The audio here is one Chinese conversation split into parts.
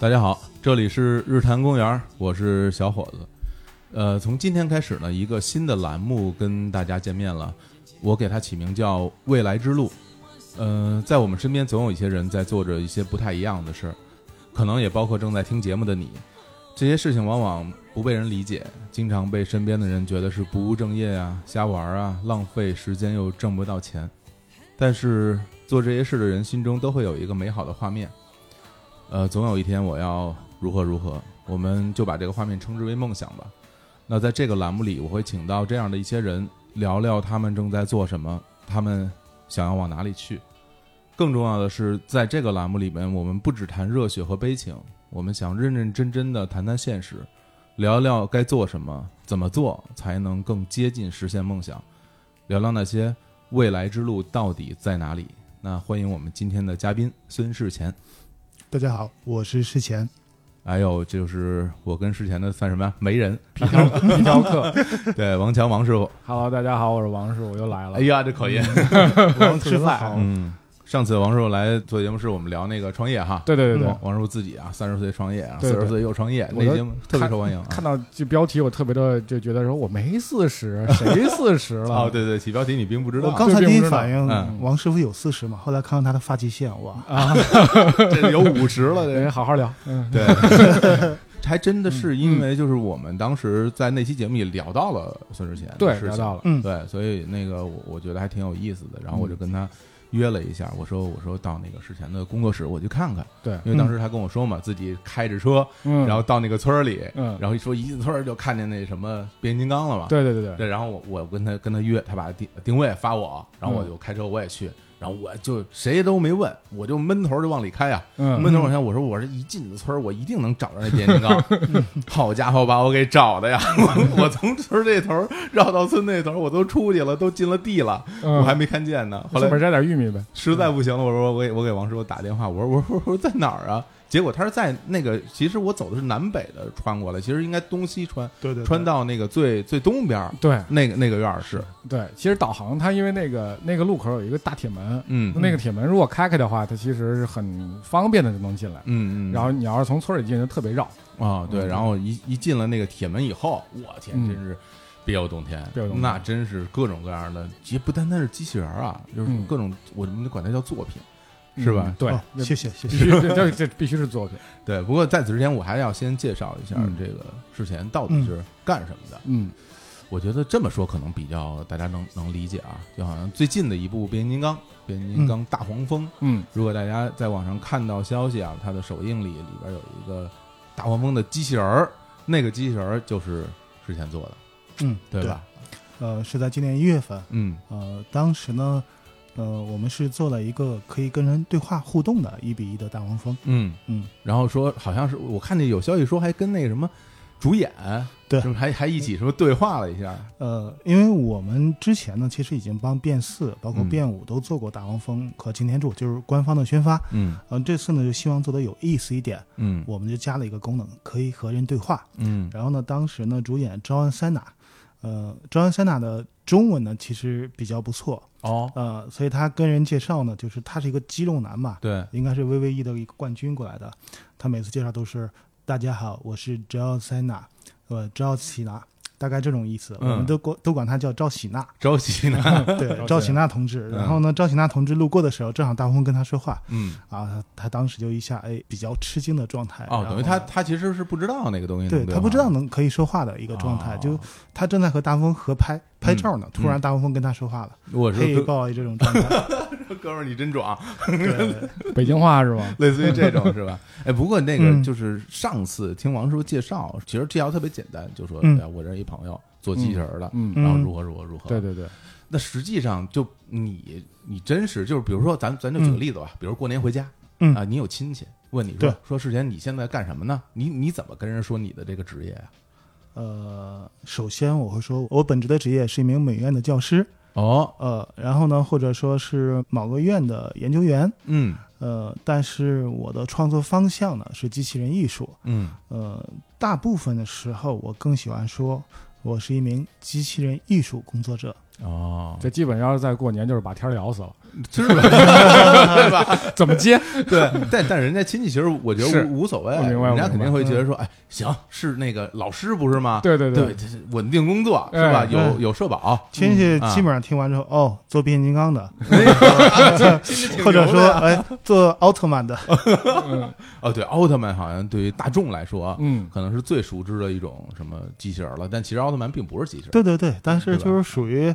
大家好，这里是日坛公园，我是小伙子。呃，从今天开始呢，一个新的栏目跟大家见面了，我给它起名叫“未来之路”。呃，在我们身边总有一些人在做着一些不太一样的事儿，可能也包括正在听节目的你。这些事情往往不被人理解，经常被身边的人觉得是不务正业啊、瞎玩啊、浪费时间又挣不到钱。但是做这些事的人心中都会有一个美好的画面，呃，总有一天我要如何如何，我们就把这个画面称之为梦想吧。那在这个栏目里，我会请到这样的一些人，聊聊他们正在做什么，他们想要往哪里去。更重要的是，在这个栏目里面，我们不只谈热血和悲情，我们想认认真真的谈谈现实，聊聊该做什么，怎么做才能更接近实现梦想，聊聊那些未来之路到底在哪里。那欢迎我们今天的嘉宾孙世前，大家好，我是世贤。还有就是我跟世前的算什么呀？媒人，皮条皮条客。对，王强王师傅。 Hello，大家好，我是王师，我又来了。哎呀，这口音。王吃饭好嗯，上次王师傅来做节目是我们聊那个创业哈。 对对对对，王王师傅自己啊，三十岁创业啊，对四对十岁又创业，那我都节目特别受欢迎啊。看到这标题我特别的就觉得说我没四十， 谁四十了？哦，对对，起标题你并不知我道，刚才第这并一不知道反应，嗯王师傅有四十嘛，后来看看他的发际线，哇， 啊这有五十 了，对，嗯这好好聊。嗯，对。 还真的是因为就是我们当时在那期节目里聊到了孙志贤的对，事情，聊到了。嗯，对，所以那个我我觉得还挺有意思的。然后我就嗯跟他约了一下，我说我说到那个之前的工作室我去看看，对，因为当时他跟我说嘛，自己开着车，嗯，嗯然后到那个村儿里，嗯，然后一说一进村儿就看见那什么变形金刚了嘛。对对对对，对，然后我我跟他跟他约，他把定定位发我，然后我嗯就开车我也去，然后我就谁都没问，我就闷头就往里开啊，嗯闷头往前，我说我这一进村儿，我一定能找着那变形金刚。嗯 好家伙，把我给找 的呀！我我从村儿这头儿绕到村那头儿，我都出去了，都进了地了，嗯，我还没看见呢。后后面来摘点玉米呗。实在不行了，我说我给我给王师傅打电话，我说我说我说在哪儿啊？结果他是在那个，其实我走的是南北的穿过来，其实应该东西穿对对，穿到那个最最东边儿对那个那个院儿是，对，其实导航它因为那个那个路口有一个大铁门，嗯那个铁门如果开开的话，它其实是很方便的就能进来。嗯嗯，然后你要是从村里进，就特别绕，啊，对，嗯然后一一进了那个铁门以后，我天，嗯真是别有洞天，别有洞天那真是各种各样的，也不单单是机器人儿啊，就是嗯各种，我们管它叫作品，是吧嗯？对哦，那谢谢谢必谢。须这这这必须是作品。对，不过在此之前，我还要先介绍一下嗯这个之前到底是干什么的。嗯，我觉得这么说可能比较大家能能理解啊，就好像最近的一部《变形金刚》《变形金刚大黄蜂》嗯如果大家在网上看到消息啊，它的首映里里边有一个大黄蜂的机器人儿，那个机器人儿就是之前做的，嗯，对吧？呃，是在今年一月份，嗯呃，当时呢，呃，我们是做了一个可以跟人对话互动的一比一的大黄蜂，嗯嗯，然后说好像是我看见有消息说还跟那个什么主演对什么还还一起什么对话了一下，呃，因为我们之前呢，其实已经帮变四、包括嗯变五都做过大黄蜂和擎天柱，就是官方的宣发，嗯嗯、这次呢就希望做得有意思一点，嗯我们就加了一个功能，可以和人对话，嗯然后呢，当时呢，主演招安塞娜，呃，招安塞娜的中文呢其实比较不错，哦呃，所以他跟人介绍呢，就是他是一个肌肉男嘛，对应该是 VVE 的一个冠军过来的，他每次介绍都是大家好，我是招塞娜，呃，招喜娜。大概这种意思，嗯我们都管都管他叫赵 喜娜，周琦呢 对，赵喜娜同志。嗯然后呢，赵喜娜同志路过的时候，正好大红跟他说话嗯啊，他他当时就一下哎比较吃惊的状态。哦哎然等于后他呢他其实是不知道那个东西能对话他不知道能可以说话的一个状态，哦就他正在和大风合拍拍照呢，突然大风跟他说话了，我是黑哥豹这种状态，哥们儿你真壮，对，北京话 是吧？类似于这 种是吧？哎，不过那个嗯就是上次听王师傅介绍，其实这条特别简单，就说嗯哎我认识一朋友做机器人儿的，嗯，嗯然后如何如何如何，对对对，那实际上就你你真实就是，比如说咱咱就举嗯个例子吧，比如过年回家，嗯啊，你有亲戚问你说对说世贤你现在干什么呢？你你怎么跟人说你的这个职业啊呀、呃，首先我会说，我本职的职业是一名美院的教师，哦，呃，然后呢，或者说是某个院的研究员，嗯呃，但是我的创作方向呢是机器人艺术，嗯呃，大部分的时候我更喜欢说。我是一名机器人艺术工作者，哦，这基本要是在过年就是把天儿聊死了。 是吧？对吧？怎么接？对，但但人家亲戚其实我觉是得无无所谓，我明白人家我明白嗯肯定会觉得说，哎，行，是那个老师不是吗？对对对，这是稳定工作是吧？哎有有社保，亲戚啊哎基本上听完之后，哦，做变形金刚的， 挺或者牛说的哎，做奥特 曼的，嗯哦，对，奥特曼好像对于大众来说，嗯，可能是最熟知的一种什么机器人了，但其实奥特曼并不是机器人，对对对，但对是吧就是属于。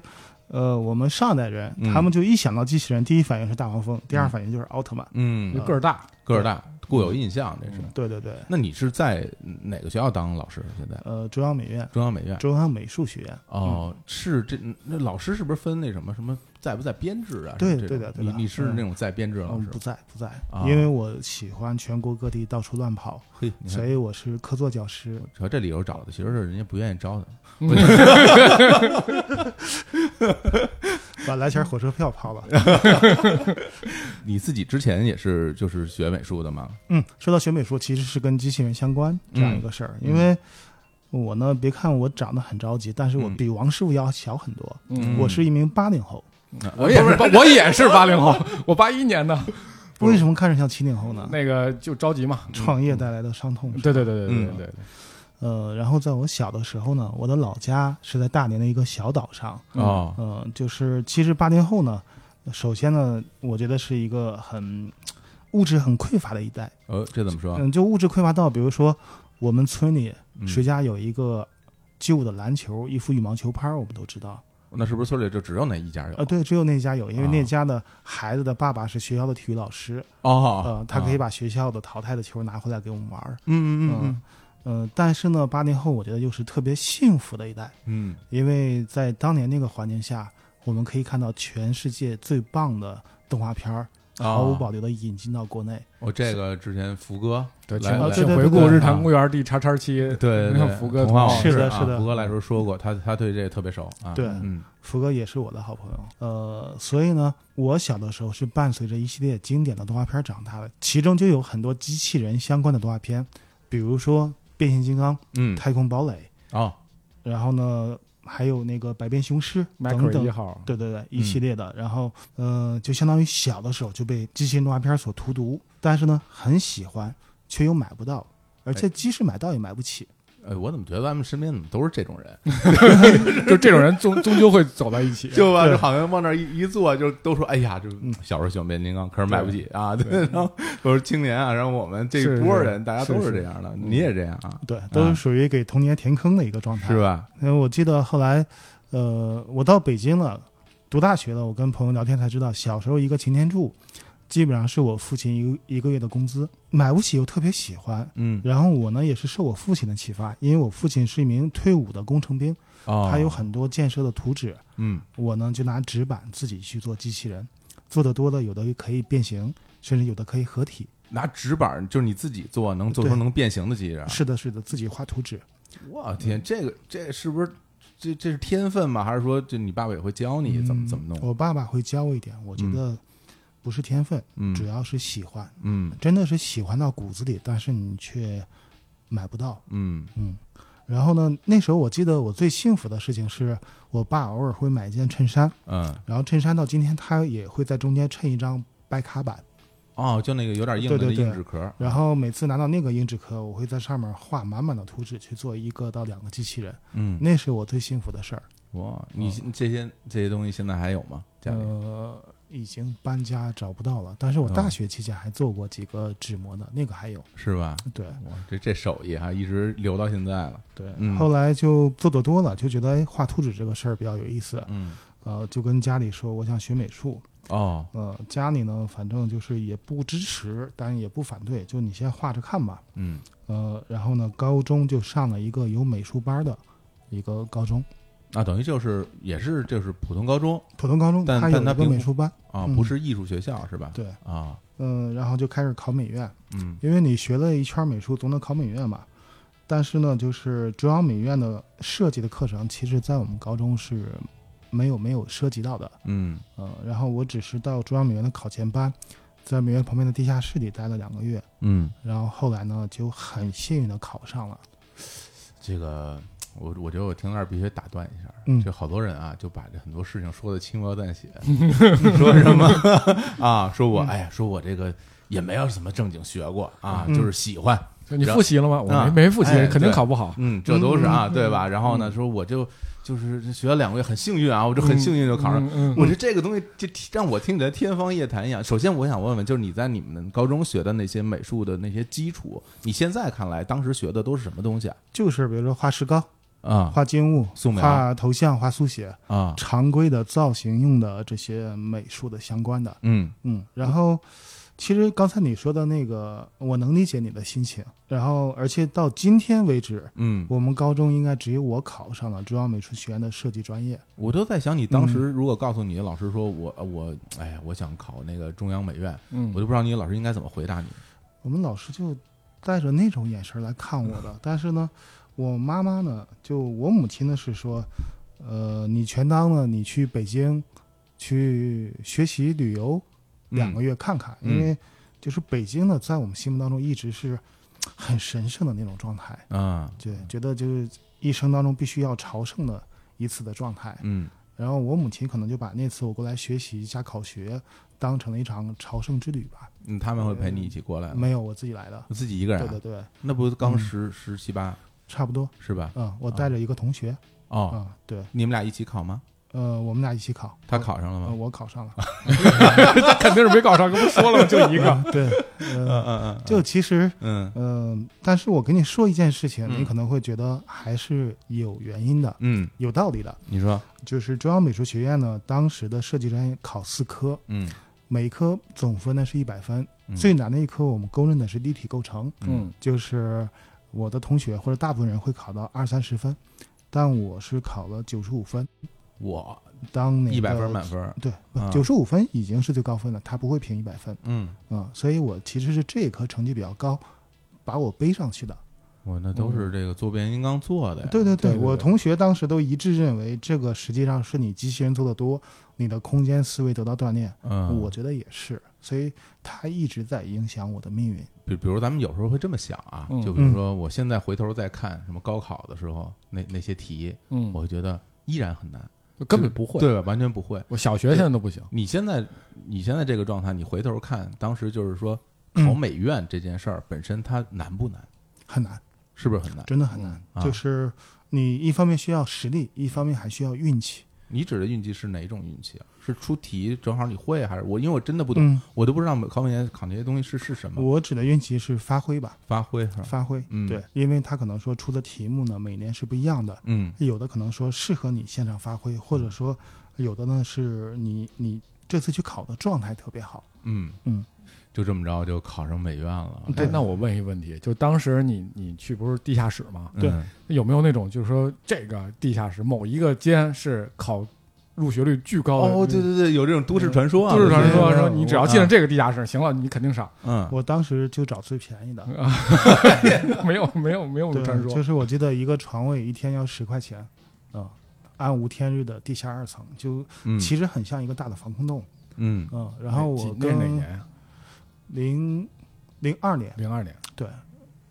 呃，我们上代人，嗯他们就一想到机器人，第一反应是大黄蜂，第二嗯反应就是奥特曼。嗯就，个儿大，个儿大，固有印象这是。对对对，那你是在哪个学校当老师？现在呃，中央美院、中央美院。中央嗯美术学院，哦，是这那老师是不是分那什么什么在不在编制啊？对什么这对种的对你的你是嗯那种在编制老嗯，师不吗？在不在啊，因为我喜欢全国各地到处乱跑，嘿，你看所以我是客座教师。瞧这理由找的，其实是人家不愿意招他。嗯把来钱火车票抛了。 你自己之前也是就是学美术的吗？嗯，说到学美术，其实是跟机器人相关这样一个事儿，嗯因为我呢，别看我长得很着急，但是我嗯比王师傅要小很多。嗯我是一名八零后，我也是八，我也是八零后，我八一年的，不是为什么看上像七零后呢？嗯那个就着急嘛。 创业带来的伤痛。对对对对对嗯对对，呃，然后在我小的时候呢，我的老家是在大连的一个小岛上。哦，呃，就是其实八零后呢，首先呢，我觉得是一个很物质很匮乏的一代。呃，这怎么说？嗯，就物质匮乏到，比如说我们村里嗯谁家有一个旧的篮球、一副羽毛球拍儿，我们都知道。那是不是村里就只有那一家有？呃，对，只有那家有，因为啊那家的孩子的爸爸是学校的体育老师，哦呃，，他可以把把学校的淘汰的球拿回来给我们玩儿。嗯嗯呃，但是呢，八零后我觉得又是特别幸福的一代，嗯因为在当年那个环境下，我们可以看到全世界最棒的动画片儿嗯，毫无哦保留的引进到国内。我哦这个之前福哥对，来请来啊请对回对顾对《对日坛公园》第叉叉期，对对福哥童话同往事学是的啊是的福哥来说说过，他他对这特别熟啊。对嗯福哥也是我的好朋友，呃，所以呢，我小的时候是伴随着一系列经典的动画片长大的，其中就有很多机器人相关的动画片，比如说《变形金刚》嗯《太空堡垒哦》，然后呢，还有那个《百变雄狮》迈等克尔一等，号，对对对，一系列的。然后，呃，就相当于小的时候就被机器人动画片所荼毒，但是呢，很喜欢，却又买不到，而且即使买到也买不起。哎，我怎么觉得咱们身边怎么都是这种人？就这种人终终究会走到一 起。就吧，对就好像往那儿一一坐，就都说，哎呀，就嗯小时候喜欢变形金刚，可是买不起啊。对， 然后我说青年啊，然后我们这一是波是人，大家都是是是这样的，你也这样啊，对，都是属于给童年填坑的一个状态，是吧？因为我记得后来，呃，我到北京了，读大学了，我跟朋友聊天才知道，小时候一个擎天柱，基本上是我父亲一个一个月的工资，买不起又特别喜欢。嗯，然后我呢也是受我父亲的启发，因为我父亲是一名退伍的工程兵，哦，他有很多建设的图纸，嗯我呢就拿纸板自己去做机器人，做的多的有的可以变形，甚至有的可以合体。拿纸板儿就是你自己做，能做出对能变形的机器人。是的，是的，自己画图纸。我天，这个这是不是这这是天分吗？还是说就你爸爸也会教你嗯怎么怎么弄？我爸爸会教我一点，我觉嗯得不是天分，嗯主要是喜欢。嗯真的是喜欢到骨子里，但是你却买不到。嗯然后呢，那时候我记得我最幸福的事情是我爸偶尔会买一件衬衫，嗯，然后衬衫到今天他也会在中间衬一张白卡板，哦，就那个有点硬的对那对对硬纸壳儿。然后每次拿到那个硬纸壳，我会在上面画满满的图纸去做一个到两个机器人，嗯，那是我最幸福的事儿。哇，你现这些这些东西现在还有吗？家里？嗯呃，已经搬家找不到了，但是我大学期间还做过几个纸模的，那个还有。是吧？对哇，这这手艺还一直留到现在了。对，嗯后来就做的多了，就觉得哎画图纸这个事儿比较有意思。嗯，呃，就跟家里说我想学美术，哦，呃，家里呢反正就是也不支持，但也不反对，就你先画着看吧。嗯，呃，然后呢，高中就上了一个有美术班的一个高中，那等于就是也是就是普通高中普通高中，但它有但它一个并美不术班，啊，嗯不是艺术学校是吧？对，啊，嗯、然后就开始考美院，嗯因为你学了一圈美术，总得考美院嘛。但是呢，就是中央美院的设计的课程，其实在我们高中是没有没有涉及到的。嗯呃，然后我只是到中央美院的考前班，在美院旁边的地下室里待了两个月，嗯，然后后来呢，就很幸运的考上了。这个我我觉得我听到这儿必须打断一下，嗯就好多人啊，就把这很多事情说的轻描淡写， 说什么 啊，说我哎呀，说我这个也没有什么正经学过啊，嗯就是喜欢，就你复习了吗？我啊没没复习哎，肯定对考不好。嗯，这都是啊，对吧？然后呢，说我就就是学了两个月，很幸运啊，我就很幸运就考上。嗯，我觉得这个东西就提让我听起来天方夜谭一样。首先，我想问问，就是你在你们高中学的那些美术的那些基础，你现在看来当时学的都是什么东西啊？就是比如说画石膏、啊画静物、素描画头像、画速写，啊，常规的造型用的这些美术的相关的。嗯嗯，然后其实刚才你说的那个，我能理解你的心情。然后，而且到今天为止，嗯，我们高中应该只有我考上了中央美术学院的设计专业。我都在想，你当时嗯如果告诉你老师说我我哎呀，我想考那个中央美院，嗯我就不知道你老师应该怎么回答你。我们老师就带着那种眼神来看我嗯的，但是呢，我妈妈呢，就我母亲呢是说，呃，你全当呢，你去北京去学习旅游嗯两个月看看，嗯因为就是北京呢，在我们心目当中一直是很神圣的那种状态，啊，对，觉得就是一生当中必须要朝圣的一次的状态。嗯然后我母亲可能就把那次我过来学习加考学当成了一场朝圣之旅吧，嗯，他们会陪你一起过来吗，没有我自己来的。自己一个人嗯对啊嗯对，对，那不刚嗯十十七八差不多。是吧？嗯，我带着一个同学啊、哦，对，你们俩一起考吗？呃，我们俩一起考，他考啊上了我，呃，吗？我考 上了，他肯定是没考上，跟不说了吗？就一个。对， 呃，哎嗯嗯就其实，嗯呃，但是我跟你说一件事情，嗯你可能会觉得还是有原因的，嗯，有道理的，你说，就是中央美术学院呢，当时的设计专业考四科，嗯，每一科总分呢是一百分，嗯最难的一科我们公认的是立体构成，嗯就是我的同学或者大部分人会考到二三十分，但我是考了九十五分，我当年一百分的满分，对啊，九十五分已经是最高分了，他不会评一百分嗯，啊、嗯所以我其实是这一科成绩比较高，把我背上去的。我那都是这个做变形金刚做的呀，对对对对对我同学当时都一致认为，这个实际上是你机器人做的多，你的空间思维得到锻炼。嗯，我觉得也是，所以他一直在影响我的命运。比比如咱们有时候会这么想啊，嗯就比如说我现在回头再看什么高考的时候那那些题，嗯，我会觉得依然很难，我根本不会。对吧？完全不会。我小学现在都不行。你现在你现在这个状态，你回头看当时就是 说考美院这件事儿本身它难不难？很难，是不是很难？真的很难。啊嗯啊就是你一方面需要实力，一方面还需要运气。你指的运气是哪种运气啊？是出题正好你会，还是我？因为我真的不懂，嗯，我都不知道考美院考那些东西是是嗯什么我指的运气是发挥吧，发挥是吧？发挥。嗯对，因为他可能说出的题目呢，每年是不一样的。嗯有的可能说适合你现场发挥，或嗯者说有的呢是你你这次去考的状态特别好。嗯嗯，就这么着就考上美院了。嗯对哎，那我问一个问题，就当时你你去不是地下室吗？嗯对有没有那种就是说这个地下室某一个间是考入学率巨高的？哦，对对对，有这种都市传说啊，呃嗯都市传说啊对说对你我只要啊进了这个地下室，行了，你肯定上。 嗯我当时就找最便宜的，没有没有没有对嗯传，说就，是我记得一个床位一天要十块钱，啊、暗无天日的地下二层，就嗯其实很像一个大的防空洞，嗯嗯、然后我哎那是哪跟年啊？零零二年零二年。对，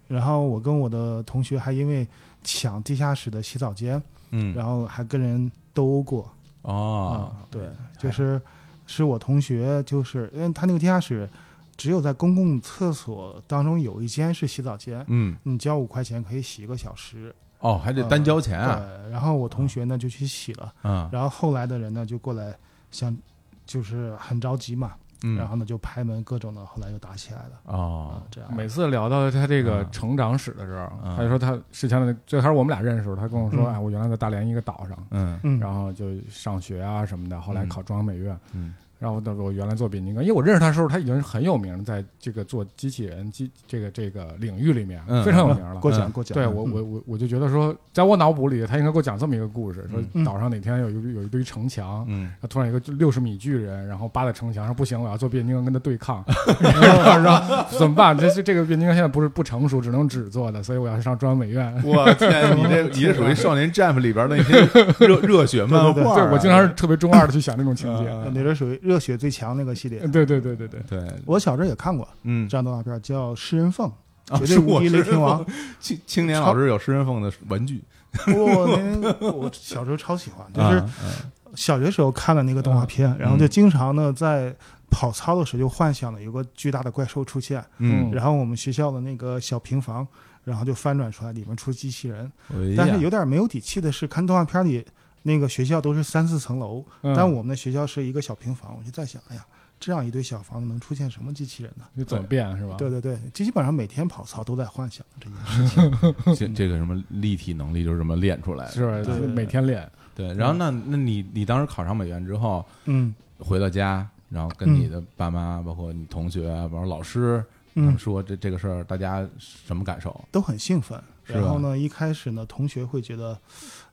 然后我跟我的同学还因为抢地下室的洗澡间，嗯然后还跟人斗过，哦，嗯啊对，就是是我同学，就是因为他那个地下室只有在公共厕所当中有一间是洗澡间，嗯你交五块钱可以洗一个小时。哦，还得嗯单交钱啊，对，然后我同学呢就去洗了，嗯然后后来的人呢就过来想，就是很着急嘛，然嗯后呢就拍门各种的，后来就打起来了啊哦，，这样。每次聊到他这个嗯成长史的时候，嗯他就说他之前的最开始我们俩认识的时候，他跟我说，嗯哎，我原来在大连一个岛上，嗯嗯，然后就上学啊什么的，后来嗯考中央美院，嗯然后我原来做变形金刚，因为我认识他的时候，他已经很有名，在这个做机器人机这个这个领域里面嗯非常有名啊了。过奖嗯过奖。对我嗯我我我就觉得说，在我脑补里，他应该给我讲这么一个故事：说嗯岛上哪天有一有一堆城墙，嗯然后突然有一个六十米巨人，然后扒在城墙上，不行，我要做变形金刚跟他 对抗，然后然后怎么办？这是这个变形金刚现在不是不成熟，只能纸做的，所以我要上中央 美院。我天，你这你这属于少年 Jump 里边的那些 热热血漫画对啊，我经常是特别中二的去想这种情节。嗯你这属于热血最强那个系列，对对对对对，对，我小时候也看过嗯这，样动画片，叫《食人凤》，啊绝对是无我敌雷是霆王。青青年老师有食人凤的文具， 我那我小时候超喜欢，就是啊嗯小学时候看了那个动画片，然后就经常呢在跑操的时候就幻想了有个巨大的怪兽出现，嗯，然后我们学校的那个小平房，然后就翻转出来，里面出机器人。哎呀但是有点没有底气的是，看动画片里那个学校都是三四层楼，嗯但我们的学校是一个小平房，我就在想，哎呀，这样一堆小房子能出现什么机器人呢？就怎么变啊是吧？对对对，基本上每天跑操都在幻想这件事。 这这个什么立体能力就是这么练出来的。是吧？对就每天练，对，然后那那你你当时考上美院之后嗯回到家，然后跟你的爸妈，包括你同学，啊包括老师，他们嗯，说这这个事儿，大家什么感受？都很兴奋。是吧然后呢，一开始呢，同学会觉得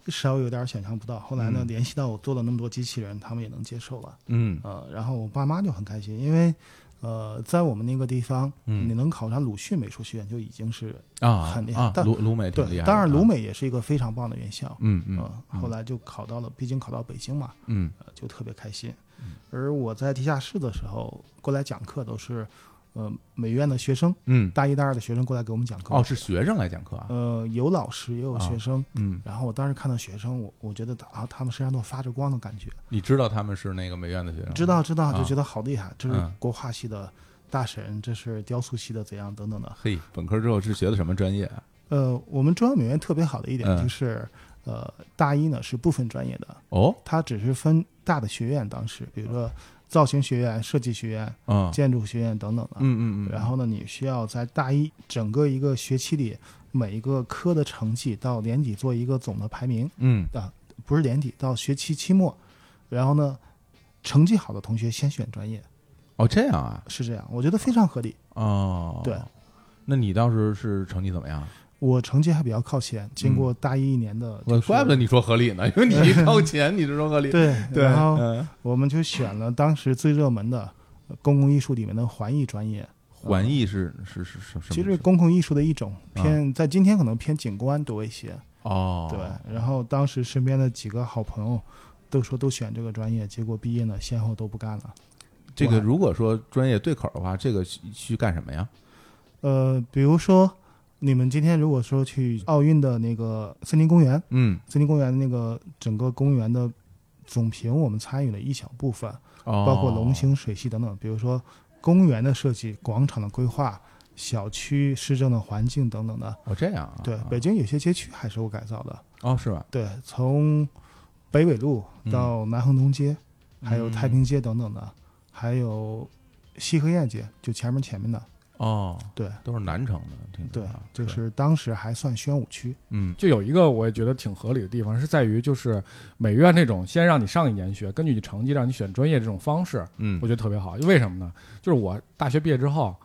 稍微有点想象不到，后来呢，嗯联系到我做了那么多机器人，他们也能接受了。嗯呃，然后我爸妈就很开心，因为呃，在我们那个地方，嗯你能考上鲁迅美术学院就已经是啊很厉害啊，但鲁鲁美挺厉对，害的，当然鲁啊，美也是一个非常棒的院校。嗯嗯呃后来就考到了，毕竟考到北京嘛，嗯呃，就特别开心。而我在地下室的时候，过来讲课都是，呃，美院的学生，嗯，大一、大二的学生过来给我们讲课。哦，是学生来讲课啊，呃，有老师也有学生。嗯，然后我当时看到学生，我我觉得啊，他们身上都发着光的感觉。你知道他们是那个美院的学生吗，知道知道，啊就觉得好厉害，这是嗯国画系的大神，这是雕塑系的怎样等等的。嘿，本科之后是学的什么专业啊？呃，我们中央美院特别好的一点嗯就是，呃，大一呢是不分专业的，哦，它只是分大的学院，当时比如说造型学院、设计学院、啊，建筑学院等等的。嗯嗯嗯，然后呢，你需要在大一整个一个学期里，每一个科的成绩到年底做一个总的排名，嗯不是年底，到学期期末。然后呢，成绩好的同学先选专业，哦这样啊是这样，我觉得非常合理。哦，对，那你当时是成绩怎么样？啊我成绩还比较靠前，经过大一一年的、嗯我怪不得你。你说合理呢，因为你一掏钱，你就说合理。对，对，然后嗯我们就选了当时最热门的呃公共艺术里面的环艺专业。环艺是是是什么？其实公共艺术的一种，啊偏在今天可能偏景观多一些。哦，对，然后当时身边的几个好朋友都说都选这个专业，结果毕业呢，先后都不干了。这个如果说专业对口的话，这个需需干什么呀？呃，比如说你们今天如果说去奥运的那个森林公园，嗯，森林公园那个整个公园的总评，我们参与了一小部分。哦，包括龙形、水系等等，比如说公园的设计、广场的规划、小区市政的环境等等的。哦，这样啊，对啊，北京有些街区还是我改造的。哦是吧？对，从北纬路到南横东街，还有嗯太平街等等的，还有西河沿街，就前面前面的。哦，对都是南城的，听着对啊，就对是当时还算宣武区。嗯就有一个我也觉得挺合理的地方，是在于就是美院这种先让你上一年学，根据你成绩让你选专业这种方式，嗯我觉得特别好。为什么呢？就是我大学毕业之后，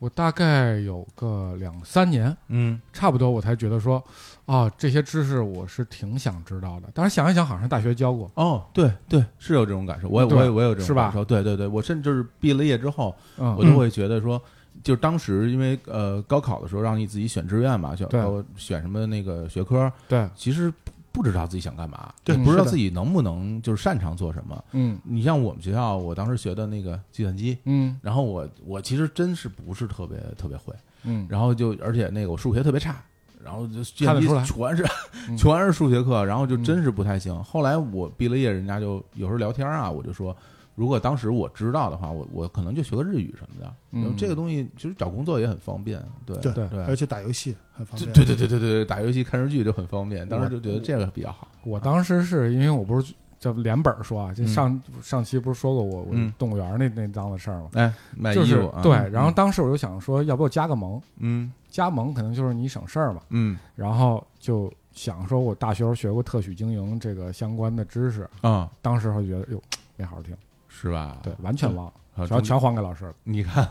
我大概有个两三年，嗯差不多我才觉得说，啊，这些知识我是挺想知道的。当然想一想，好像是大学教过，哦，对对，是有这种感受，我也对我也我也有这是种吧感受，对对对，我甚至是毕了业之后，嗯我都会觉得说，就是当时因为呃高考的时候让你自己选志愿嘛，选对呃选什么那个学科，对，其实不不知道自己想干嘛，对也不知是道的自己能不能就是擅长做什么。嗯你像我们学校，我当时学的那个计算机，嗯然后我我其实真是不是特别特别会，嗯，然后就而且那个我数学特别差，然后就计看算得机出 来全是、嗯全是数学课，然后就真是不太行。后来我毕了业，人家就有时候聊天啊，我就说。如果当时我知道的话，我我可能就学个日语什么的。嗯这个东西其实找工作也很方便，对对对而且打游戏很方对便。对对对对对，打游戏看日剧就很方便，当时就觉得这个比较好。我当时是因为我不是。叫两本儿说啊，这嗯上、上期不是说过我我嗯动物园那那档子事儿吗？哎，买就衣是服啊，对，然后当时我就想说，要不我加个盟？嗯加盟可能就是你省事儿嘛。嗯然后就想说，我大学时候学过特许经营这个相关的知识，啊，当时就觉得哟没好好听，是吧？对，完全忘了，啊，全中全还给老师了。你看，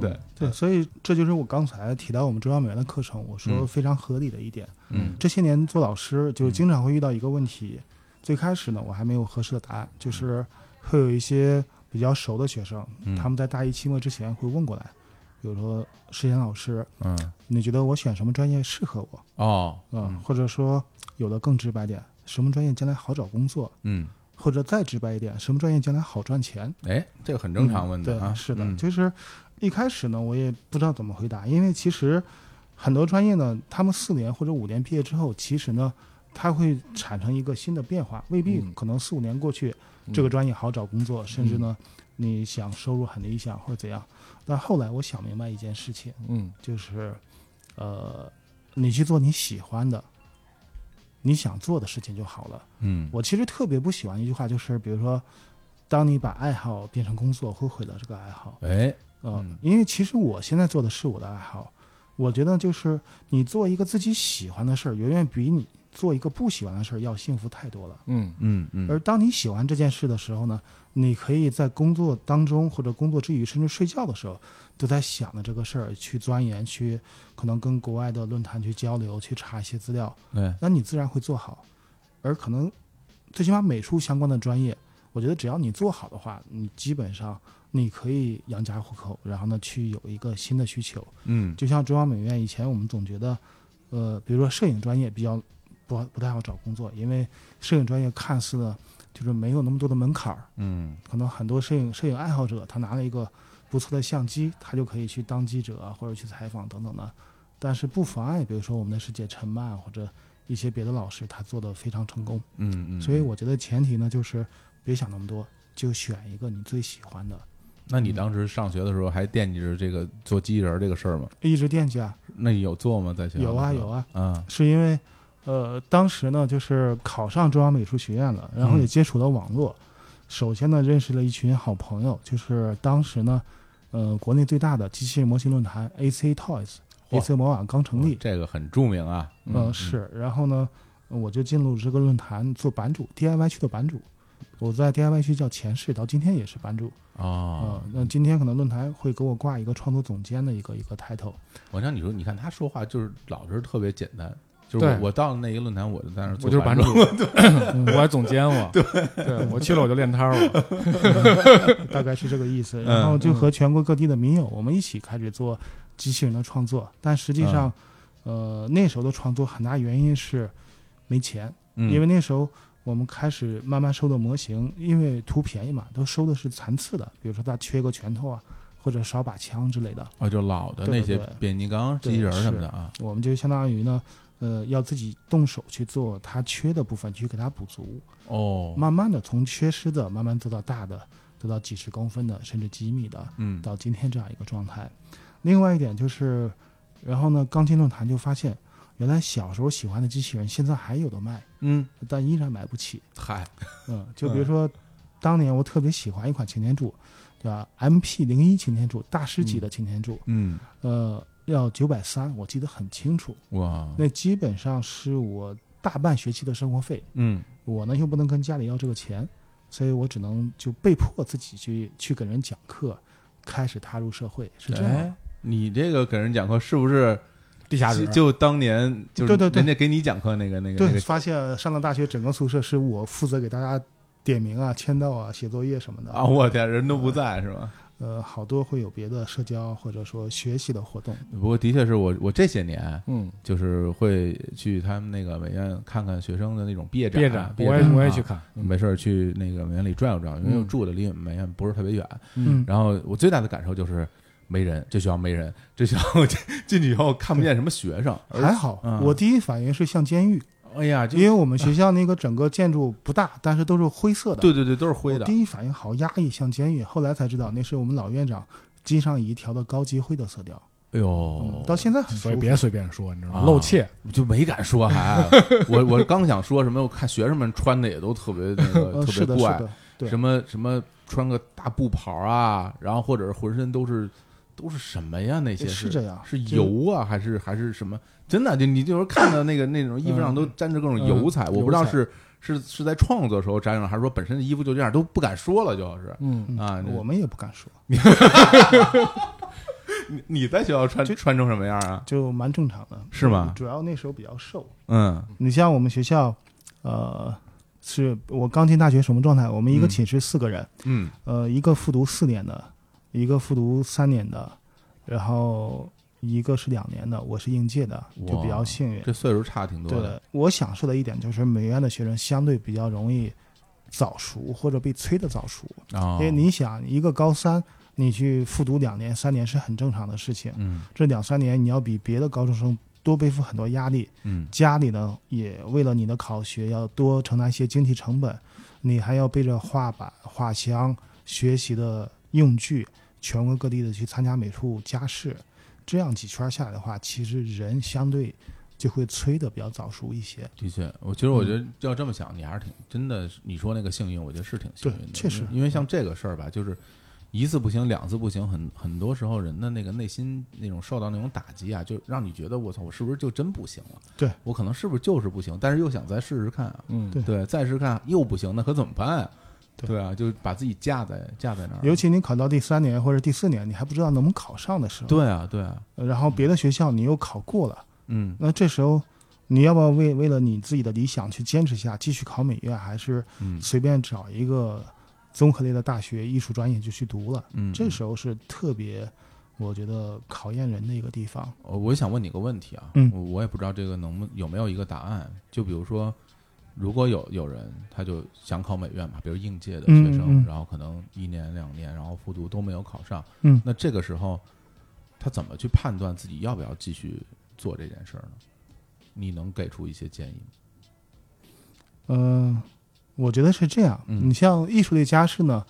对，对，所以这就是我刚才提到我们中央美院的课程，我说嗯非常合理的一点。嗯这些年做老师，就经常会遇到一个问题。最开始呢，我还没有合适的答案，就是会有一些比较熟的学生，嗯他们在大一期末之前会问过来，比如说石岩老师， 嗯你觉得我选什么专业适合我？哦啊、或者说有的更直白点，什么专业将来好找工作？嗯，或者再直白一点，什么专业将来好赚钱？哎，这个很正常问的对，啊，是的，嗯就是一开始呢，我也不知道怎么回答，因为其实很多专业呢，他们四年或者五年毕业之后，其实呢，它会产生一个新的变化，未必嗯可能四五年过去，嗯这个专业好找工作，甚至嗯呢，你想收入很理想或者怎样。但后来我想明白一件事情，嗯就是，呃，你去做你喜欢的，你想做的事情就好了。嗯我其实特别不喜欢一句话，就是比如说，当你把爱好变成工作，会毁了这个爱好。哎呃嗯因为其实我现在做的是我的爱好，我觉得就是你做一个自己喜欢的事儿，远远比你做一个不喜欢的事儿要幸福太多了。嗯嗯嗯，而当你喜欢这件事的时候呢，你可以在工作当中或者工作之余，甚至睡觉的时候，都在想着这个事儿去钻研，去可能跟国外的论坛去交流，去查一些资料，哎那你自然会做好。而可能最起码美术相关的专业，我觉得只要你做好的话，你基本上你可以养家糊口，然后呢去有一个新的需求。嗯就像中央美院以前我们总觉得，呃，比如说摄影专业比较不不太好找工作，因为摄影专业看似呢就是没有那么多的门槛儿，嗯可能很多摄影摄影爱好者他拿了一个不错的相机，他就可以去当记者啊或者去采访等等的，但是不妨碍，比如说我们的师姐陈曼啊或者一些别的老师，他做的非常成功。嗯嗯，所以我觉得前提呢就是别想那么多，就选一个你最喜欢的，那你当时上学的时候还惦记着这个做机器人儿这个事儿吗？一直惦记啊，那你有做吗？在学校有啊的时有候啊，啊，是因为，呃，当时呢，就是考上中央美术学院了，然后也嗯接触了网络。首先呢，认识了一群好朋友，就是当时呢，呃，国内最大的机器人模型论坛 AC Toys，AC 魔网刚成立，这个很著名啊，嗯呃，是。然后呢，我就进入这个论坛做版主，DIY 区的版主。我在 DIY 区叫前世，到今天也是版主哦啊、呃。那今天可能论坛会给我挂一个创作总监的一个一个 title，我想你说，你看他说话就是老是特别简单，就是对我我到了那一个论坛，我就在那儿我做就是版版主，主， 嗯我还总监 我，对，我去了我就练摊儿了，大概是这个意思。然后就和全国各地的民友，我们一起开始做机器人的创作。但实际上，呃，那时候的创作很大原因是没钱，嗯因为那时候我们开始慢慢收的模型，因为图便宜嘛，都收的是残次的，比如说它缺个拳头啊，或者少把枪之类的。哦，就老的对那些对变形金刚、机器人儿什么的啊，我们就相当于呢，呃，要自己动手去做它缺的部分，去给它补足。哦，慢慢的从缺失的慢慢做到大的，做到几十公分的，甚至几米的。嗯到今天这样一个状态。另外一点就是，然后呢，钢琴论坛就发现，原来小时候喜欢的机器人现在还有的卖，嗯，但依然买不起。嗨，嗯，就比如说，当年我特别喜欢一款擎天柱，对吧？MP 零一擎天柱，大师级的擎天柱，嗯，呃，要九百三，我记得很清楚。哇，那基本上是我大半学期的生活费，嗯我呢又不能跟家里要这个钱，所以我只能就被迫自己去去给人讲课，开始踏入社会，是这样的。哎，你这个给人讲课是不是地下就人，就当年就是对对对人家给你讲课那个那个那对，个发现上了大学，整个宿舍是我负责给大家点名啊、签到啊、写作业什么的啊，。我天，人都不在是吧？呃，好多会有别的社交或者说学习的活动。不过的确是我我这些年。嗯，就是会去他们那个美院看看学生的那种毕业展，毕毕业业展，毕业我也展我也啊去看，嗯没事儿去那个美院里转悠转悠，因为嗯我住的离美院不是特别远。嗯，然后我最大的感受就是没人，这学校没人，这学校 进进去以后看不见什么学生。还好，嗯我第一反应是像监狱， 哎呀，就因为我们学校那个整个建筑不大，但是都是灰色的。对对对，都是灰我的。第一反应好压抑，像监狱。后来才知道那是我们老院长金尚仪调的高级灰的色调，哎嗯呦，到现在很舒所以服。别随便说，你知道吗？啊露怯，就没敢说还。啊 我我刚想说什么，我看学生们穿的也都特别那 个呃，特是别的，是怪，的，对什么什么穿个大布袍啊，然后或者是浑身都是都是什么呀？那些是这样，是就是油啊，还是还是什么？真的，就你就是看到那个那种衣服上都沾着各种油彩，嗯我不知道油彩是是是在创作时候沾上了，还是说本身的衣服就这样，都不敢说了，就是。嗯，啊嗯，我们也不敢说，你你在学校穿穿成什么样啊？就蛮正常的。是吗主要那时候比较瘦，嗯你像我们学校，呃，是我刚进大学什么状态？我们一个嗯寝室四个人，嗯呃，一个复读四年的，一个复读三年的，然后一个是两年的，我是应届的，就比较哇幸运。嗯这岁数差挺多对的。的，我享受的一点就是美院的学生相对比较容易早熟或者被催的早熟，啊因为你想一个高三你去复读两年三年是很正常的事情，嗯这两三年你要比别的高中生。多背负很多压力，嗯家里呢也为了你的考学要多承担一些经济成本，你还要背着画板、画箱、学习的用具，全国各地的去参加美术加试，这样几圈下来的话，其实人相对就会催的比较早熟一些。的确，我其实我觉嗯得要这么想，你还是挺真的。你说那个幸运，我觉得是挺幸运的，对确实嗯因为像这个事儿吧，就是一次不行，两次不行，很很多时候人的那个内心那种受到那种打击啊，就让你觉得我操，我是不是就真不行了？对我可能是不是就是不行，但是又想再试试看啊，嗯，对对，再试试看又不行，那可怎么办啊？对对啊，就把自己架在架在那儿了，尤其你考到第三年或者第四年，你还不知道能不能考上的时候，对啊，对啊，然后别的学校你又考过了，嗯，那这时候你要不要为为了你自己的理想去坚持一下，继续考美院，还是嗯随便找一个综合类的大学艺术专业就去读了？嗯，这时候是特别，我觉得考验人的一个地方。呃，我想问你个问题啊，嗯我我也不知道这个能不有没有一个答案。就比如说，如果有有人他就想考美院嘛，比如应届的学生，嗯嗯然后可能一年两年，然后复读都没有考上，嗯那这个时候他怎么去判断自己要不要继续做这件事儿呢？你能给出一些建议吗？呃，我觉得是这样。嗯你像艺术类加试呢，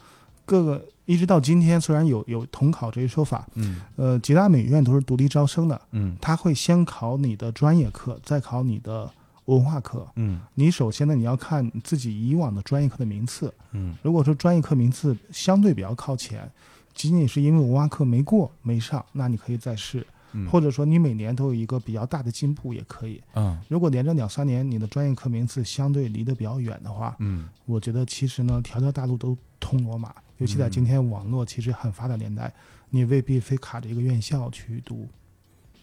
各个一直到今天，虽然有有统考这一说法，嗯呃，吉大美院都是独立招生的，嗯它会先考你的专业课，再考你的文化课。嗯你首先呢，你要看自己以往的专业课的名次。嗯如果说专业课名次相对比较靠前，仅仅是因为文化课没过没上，那你可以再试，嗯，或者说你每年都有一个比较大的进步也可以。嗯如果连着两三年你的专业课名次相对离得比较远的话，嗯我觉得其实呢，条条大路都通罗马，尤其嗯在今天网络其实很发达年代，你未必非卡着一个院校去读，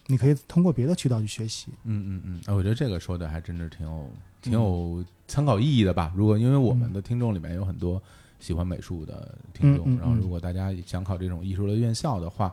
你可以通过别的渠道去学习。嗯嗯嗯，哎我觉得这个说的还真是挺有挺有参考意义的吧。如果因为我们的听众里面有很多喜欢美术的听众，嗯嗯嗯然后如果大家想考这种艺术类院校的话，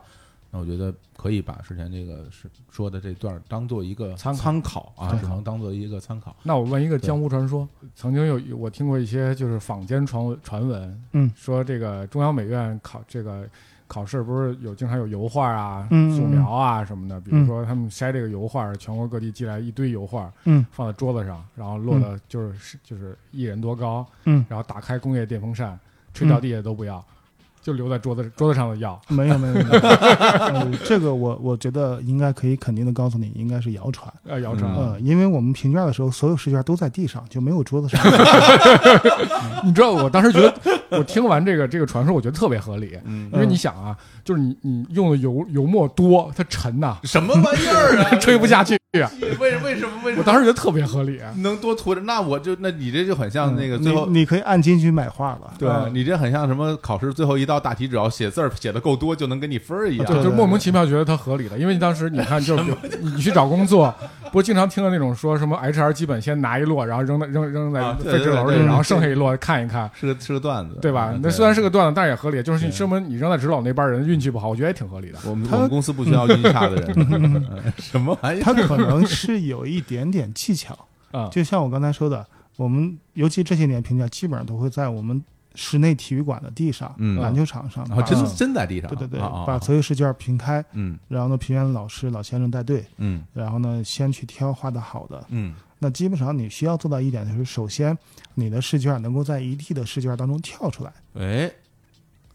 那我觉得可以把之前这个是说的这段当做一个参考参考啊，对只能当做一个参考。那我问一个对江湖传说，曾经有有我听过一些就是坊间传闻传闻，嗯说这个中央美院考这个考试不是有经常有油画啊、嗯素描啊什么的，比如嗯说他们筛这个油画，全国各地寄来一堆油画嗯放在桌子上，然后落的就是、就是一人多高，嗯，然后打开工业电风扇吹到地下都不要，就留在桌子桌子上的要。没有没 有没有、呃，这个我我觉得应该可以肯定的告诉你，应该是谣传。呃，谣传，嗯呃，因为我们评卷的时候，所有试卷都在地上，就没有桌子上。你知道我当时觉得，我听完这个这个传说，我觉得特别合理，嗯因为你想啊，就是你你用的油油墨多，它沉呐、什么玩意儿 啊吹不下去。为为什么为我当时觉得特别合理。啊能多涂点？那我就那你这就很像 那个最后。你你可以按斤去买画了。对啊你这很像什么考试最后一道大题，只要写字儿写的够多，就能给你分儿一样。对就莫名其妙觉得它合理的，因为你当时你看，就是比如你你去找工作，不是经常听到那种说什么 HR 基本先拿一摞，然后扔在扔扔在啊对废纸篓对里，对然后剩下一摞看一看，是个是个段子，对吧嗯？那虽然是个段子，但是也合理，就是对你说明你扔在纸篓那边人运气不好，我觉得也挺合理的。我们他我们公司不需要晕差的人， 什么 玩意儿？它可能是有一点点技巧，啊，就像我刚才说的，我们尤其这些年评价基本上都会在我们室内体育馆的地上、嗯篮球场上，啊，把真的真在地上，对对对，啊啊啊把所有试卷评开，嗯然后呢，评选老师老先生带队，嗯然后呢，先去挑画的好的。嗯那基本上你需要做到一点就是，首先你的试卷能够在一地的试卷当中跳出来。嗯，哎，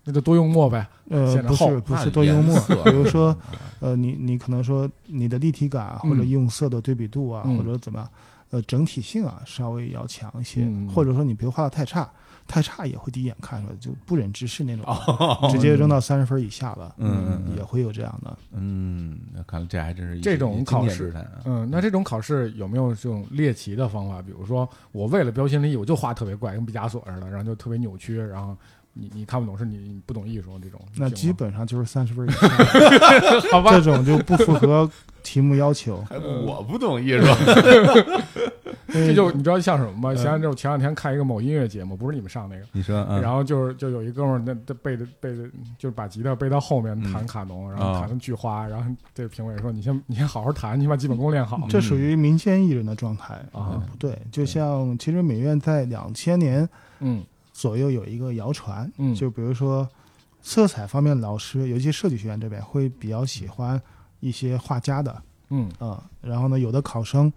那就多用墨呗。呃，显得不厚是不是多幽默，比如说，呃，你你可能说你的立体感啊嗯或者用色的对比度啊，嗯或者怎么样，呃，整体性啊稍微要强一些，嗯或者说你别画的太差，太差也会第一眼看出来就不忍直视那种，哦， 直接扔到三十分以下了，嗯嗯也会有这样的。嗯，那看来这还真是一这种一经考验试之谈啊呃嗯，那这种考试有没有这种猎奇的方法？比如说，我为了标新立异，我就画特别怪，跟毕加索似的，然后就特别扭曲，然后你你看不懂是你你不懂艺术这种情那况。基本上就是三十分以下， 这好吧，种就不符合题目要求。哎我不懂 艺术， 这这就你知道像什么呃吗？前两天我前两天看一个某音乐节目，不是你们上那个，你说，嗯然后就是就有一哥们儿那那背的背的，就是把吉他背到后嗯面弹卡农，然哦后弹的巨花，然后这评委说你先你先好好弹，你把基本功练好。这属于民间艺人的状态啊不对，就像其实美院在两千年嗯左右有一个谣传，嗯就比如说色彩方面，老师尤其设计学院这边会比较喜欢一些画家的，嗯啊，然后呢，有的考生，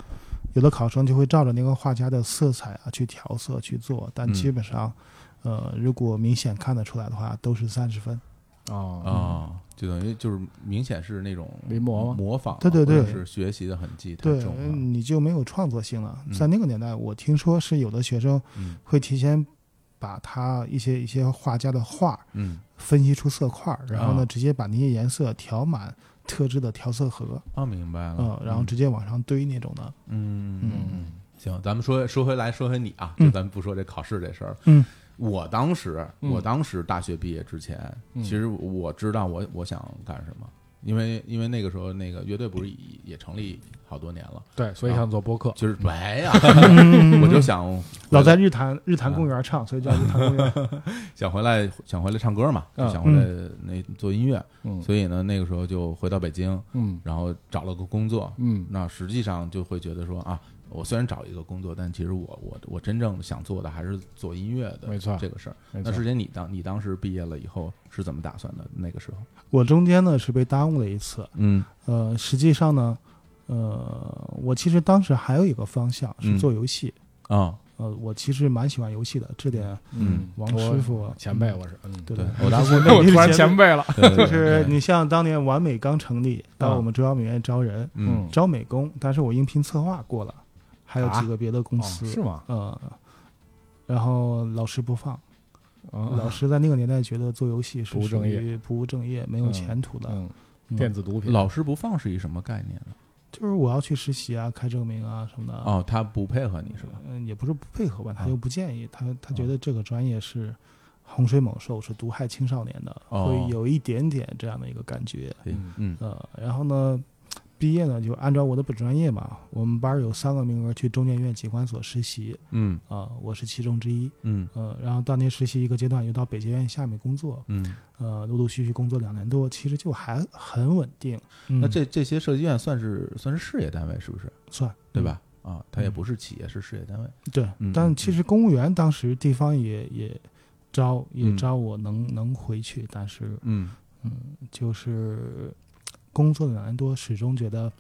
有的考生就会照着那个画家的色彩啊去调色去做，但嗯基本上，呃，如果明显看得出来的话，都是三十分。哦啊，就等于就是明显是那种临摹吗模仿啊，对对对或者是学习的痕迹太对嗯重，啊了。你就没有创作性了嗯。在那个年代，我听说是有的学生嗯会提前把他一些一些画家的画嗯分析出色块儿，然后啊呢，直接把那些颜色调满特制的调色盒，啊，明白了。嗯，然后直接往上堆那种的。嗯嗯嗯嗯，行，咱们说说回来，说回你啊，嗯就咱不说这考试这事儿了。嗯，我当时，嗯我当时大学毕业之前，嗯其实我知道我我想干什么，因为因为那个时候那个乐队不是也也成立好多年了，对，所以想做播客。就是没呀，嗯我就想老嗯在日坛日坛公园唱，所以叫日坛公园。想回来想回来唱歌嘛，就嗯想回来那做音乐，嗯所以呢那个时候就回到北京，嗯然后找了个工作，嗯那实际上就会觉得说啊，我虽然找一个工作，但其实我我我真正想做的还是做音乐的，没错这个事儿。没那错之前你当你当时毕业了以后是怎么打算的？那个时候，我中间呢是被耽误了一次，嗯呃，实际上呢，呃，我其实当时还有一个方向是嗯做游戏，啊，呃，我其实蛮喜欢游戏的，这点嗯王师傅我前辈，我是嗯，对对对，我 当时我突然前辈了。 对对就对是对你像当年完美刚成立，到啊我们中央美院招人，嗯招美工，但是我应聘策划过了，还有啊几个别的公哦司，是吗？呃，然后老师不放，老嗯师在那个年代觉得做游戏是不务属正业于不务正业、没有嗯前途的，嗯，电子毒品老师不放是一什么概念呢？就是我要去实习啊、开证明啊什么的，哦，他不配合你是吧？嗯，也不是不配合吧，啊他又不建议，他嗯他觉哦得这个专业是洪水猛兽，是毒害青少年的，哦会有一点点这样的一个感觉。嗯嗯嗯呃，然后呢，毕业呢就按照我的本专业嘛，我们班儿有三个名额去中研院机关所实习嗯啊、我是其中之一。嗯呃，然后当年实习一个阶段，又到北京院下面工作，嗯。呃，陆陆续续工作两年多，其实就还很稳定。那嗯这这些设计院算是算是事业单位是不是？算对吧？啊，它也嗯不是企业，是事业单位。对嗯，嗯但其嗯实公务员当时地方也也招也嗯招我能、能回去，但是嗯就是工作两年多，始终觉得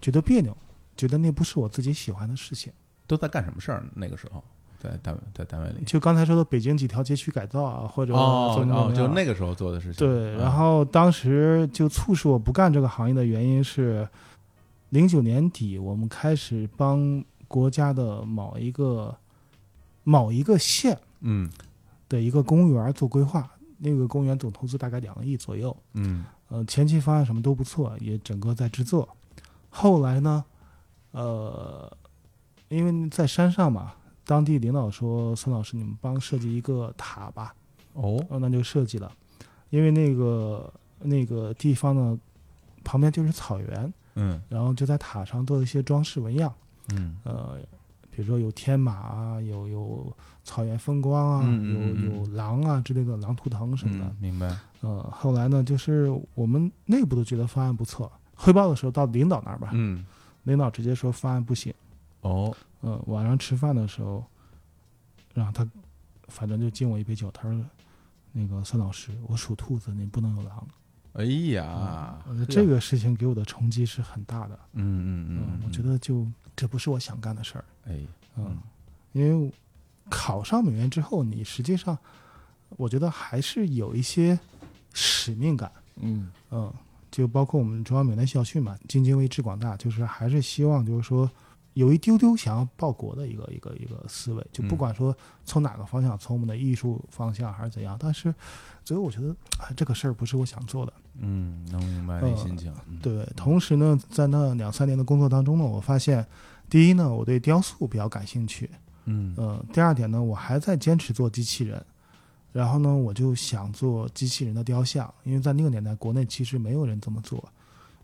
觉得别扭，觉得那不是我自己喜欢的事情。都在干什么事儿？那个时候在单位在单位里就刚才说的北京几条街区改造啊，或者哦怎么怎哦么，就样那个时候做的事情。啊对，啊然后当时就促使我不干这个行业的原因是，零九年底我们开始帮国家的某一个某一个县嗯的一个公务园做规划，那个公务园总投资大概两个亿左右。嗯呃，前期方案什么都不错，也整个在制作。后来呢，呃，因为在山上嘛，当地领导说：“孙老师，你们帮设计一个塔吧。哦”哦，那就设计了。因为那个那个地方呢，旁边就是草原，嗯然后就在塔上做一些装饰纹样，嗯呃，比如说有天马啊，有有草原风光啊，嗯嗯嗯有有狼啊之类的狼图腾什么的。嗯明白呃，后来呢，就是我们内部都觉得方案不错，汇报的时候到领导那儿吧，嗯领导直接说方案不行。哦呃，晚上吃饭的时候，然后他反正就敬我一杯酒，他说：“那个孙老师，我属兔子，你不能有狼。哎呀呃”这个事情给我的冲击是很大的。啊嗯嗯、嗯嗯，我觉得就这不是我想干的事儿。哎嗯嗯，因为考上美院之后，你实际上我觉得还是有一些使命感。嗯嗯，就包括我们中央美院校区嘛，津津为治广大，就是还是希望就是说有一丢丢想要报国的一个一个一个思维，就不嗯管说从哪个方向，从我们的艺术方向还是怎样，但是最后我觉得哎，这个事儿不是我想做的。嗯，能明白你心情。嗯呃对，同时呢，在那两三年的工作当中呢，我发现，第一呢，我对雕塑比较感兴趣，嗯呃，第二点呢，我还在坚持做机器人，然后呢，我就想做机器人的雕像，因为在那个年代，国内其实没有人这么做。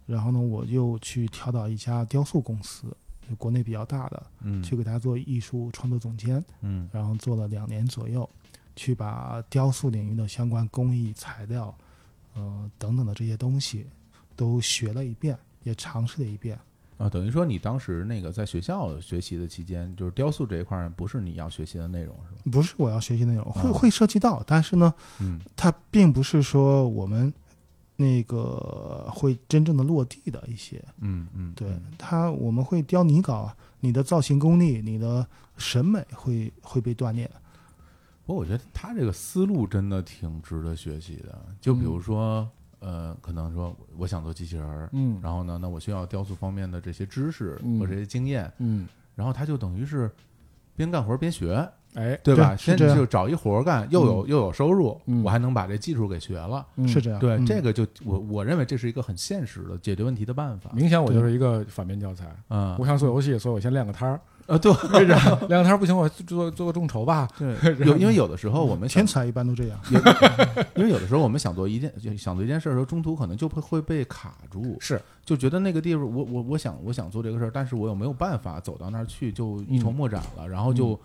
然后呢，我又去跳到一家雕塑公司，就国内比较大的，嗯去给他做艺术创作总监，嗯然后做了两年左右，去把雕塑领域的相关工艺、材料，呃等等的这些东西都学了一遍，也尝试了一遍。啊，等于说你当时那个在学校学习的期间，就是雕塑这一块儿不是你要学习的内容是吧？不是我要学习内容，会哦会涉及到，但是呢，嗯它并不是说我们那个呃会真正的落地的一些。嗯嗯，对它，我们会雕泥稿，你的造型功力、你的审美会会被锻炼。不过我觉得他这个思路真的挺值得学习的。就嗯比如说，呃，可能说我想做机器人儿，嗯然后呢，那我需要雕塑方面的这些知识嗯和这些经验，嗯，然后他就等于是边干活边学，哎，对吧？对是先这样就找一活儿干，又有又有收入，嗯我还能把这技术给学了。嗯是这样，对，嗯这个就我我认为这是一个很现实的解决问题的办法。明显我就是一个反面教材。嗯我想做游戏，所以我先练个摊儿，啊，对，练个摊儿不行，我做做个众筹吧。对， 有因为有的时候我们想天才一般都这样。有，因为有的时候我们想做一件就想做一件事的时候，中途可能就会会被卡住，是，就觉得那个地方，我我我想我想做这个事儿，但是我又没有办法走到那儿去，就一筹莫展了，然后就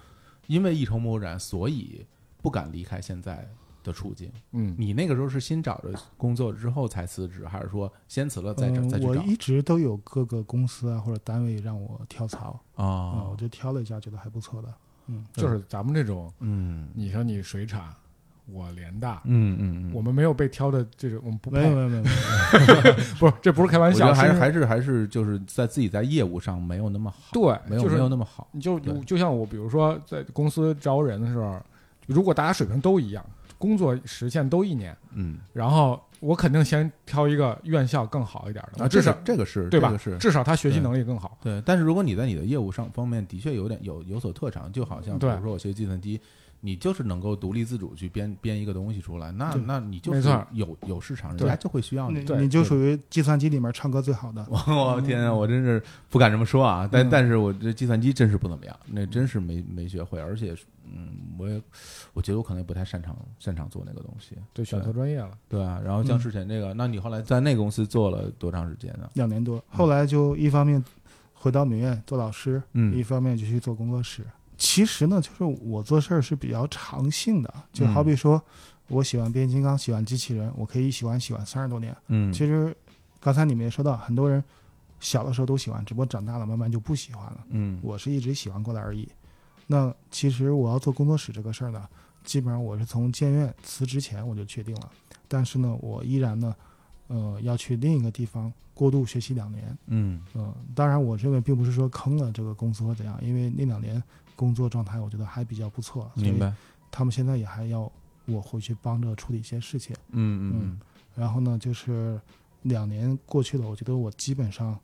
因为一筹莫展，所以不敢离开现在的处境。嗯，你那个时候是新找着工作之后才辞职，还是说先辞了再找嗯再去我找一直都有各个公司啊或者单位让我跳槽，啊，我啊？就挑了一家，觉得还不错的。嗯，就是咱们这种，嗯你说你水产，我联大，嗯嗯我嗯，们没有被挑的这种，我们不没有配，没有没有，没有不是，这不是开玩我觉得笑，还是是还是还是就是在自己在业务上没有那么好，对，没有就是没有那么好，你就对就像我，比如说在公司招人的时候，如果大家水平都一样，工作实现都一年，嗯然后我肯定先挑一个院校更好一点的，啊，至这少是这个是对这吧？个是至少他学习能力更好。对，但是如果你在你的业务上方面的确有点有有所特长，就好像比对如说我学计算机，你就是能够独立自主去编编一个东西出来，那对那你就没是错有有市场，人对家就会需要你。你你就属于计算机里面唱歌最好的。我 我天啊，我真是不敢这么说啊！但嗯但是我这计算机真是不怎么样，那真是没没学会，而且嗯，我也我觉得我可能也不太擅长擅长做那个东西。对，选错专业了。对啊，然后像之前这个，那你后来在那个公司做了多长时间呢？两年多，后来就一方面回到美院做老师，一嗯方面就去做工作室。其实呢，就是我做事儿是比较长性的，就好比说，我喜欢变形金刚，喜欢机器人，我可以喜欢喜欢三十多年。嗯，其实刚才你们也说到，很多人小的时候都喜欢，只不过长大了慢慢就不喜欢了。嗯我是一直喜欢过来而已。那其实我要做工作室这个事儿呢，基本上我是从建院辞职前我就确定了，但是呢，我依然呢，呃，要去另一个地方过渡学习两年。嗯嗯、当然，我认为并不是说坑了这个公司或怎样，因为那两年工作状态我觉得还比较不错，所明以白，他们现在也还要我回去帮着处理一些事情。嗯嗯嗯嗯。然后呢，就是两年过去了，我觉得我基本上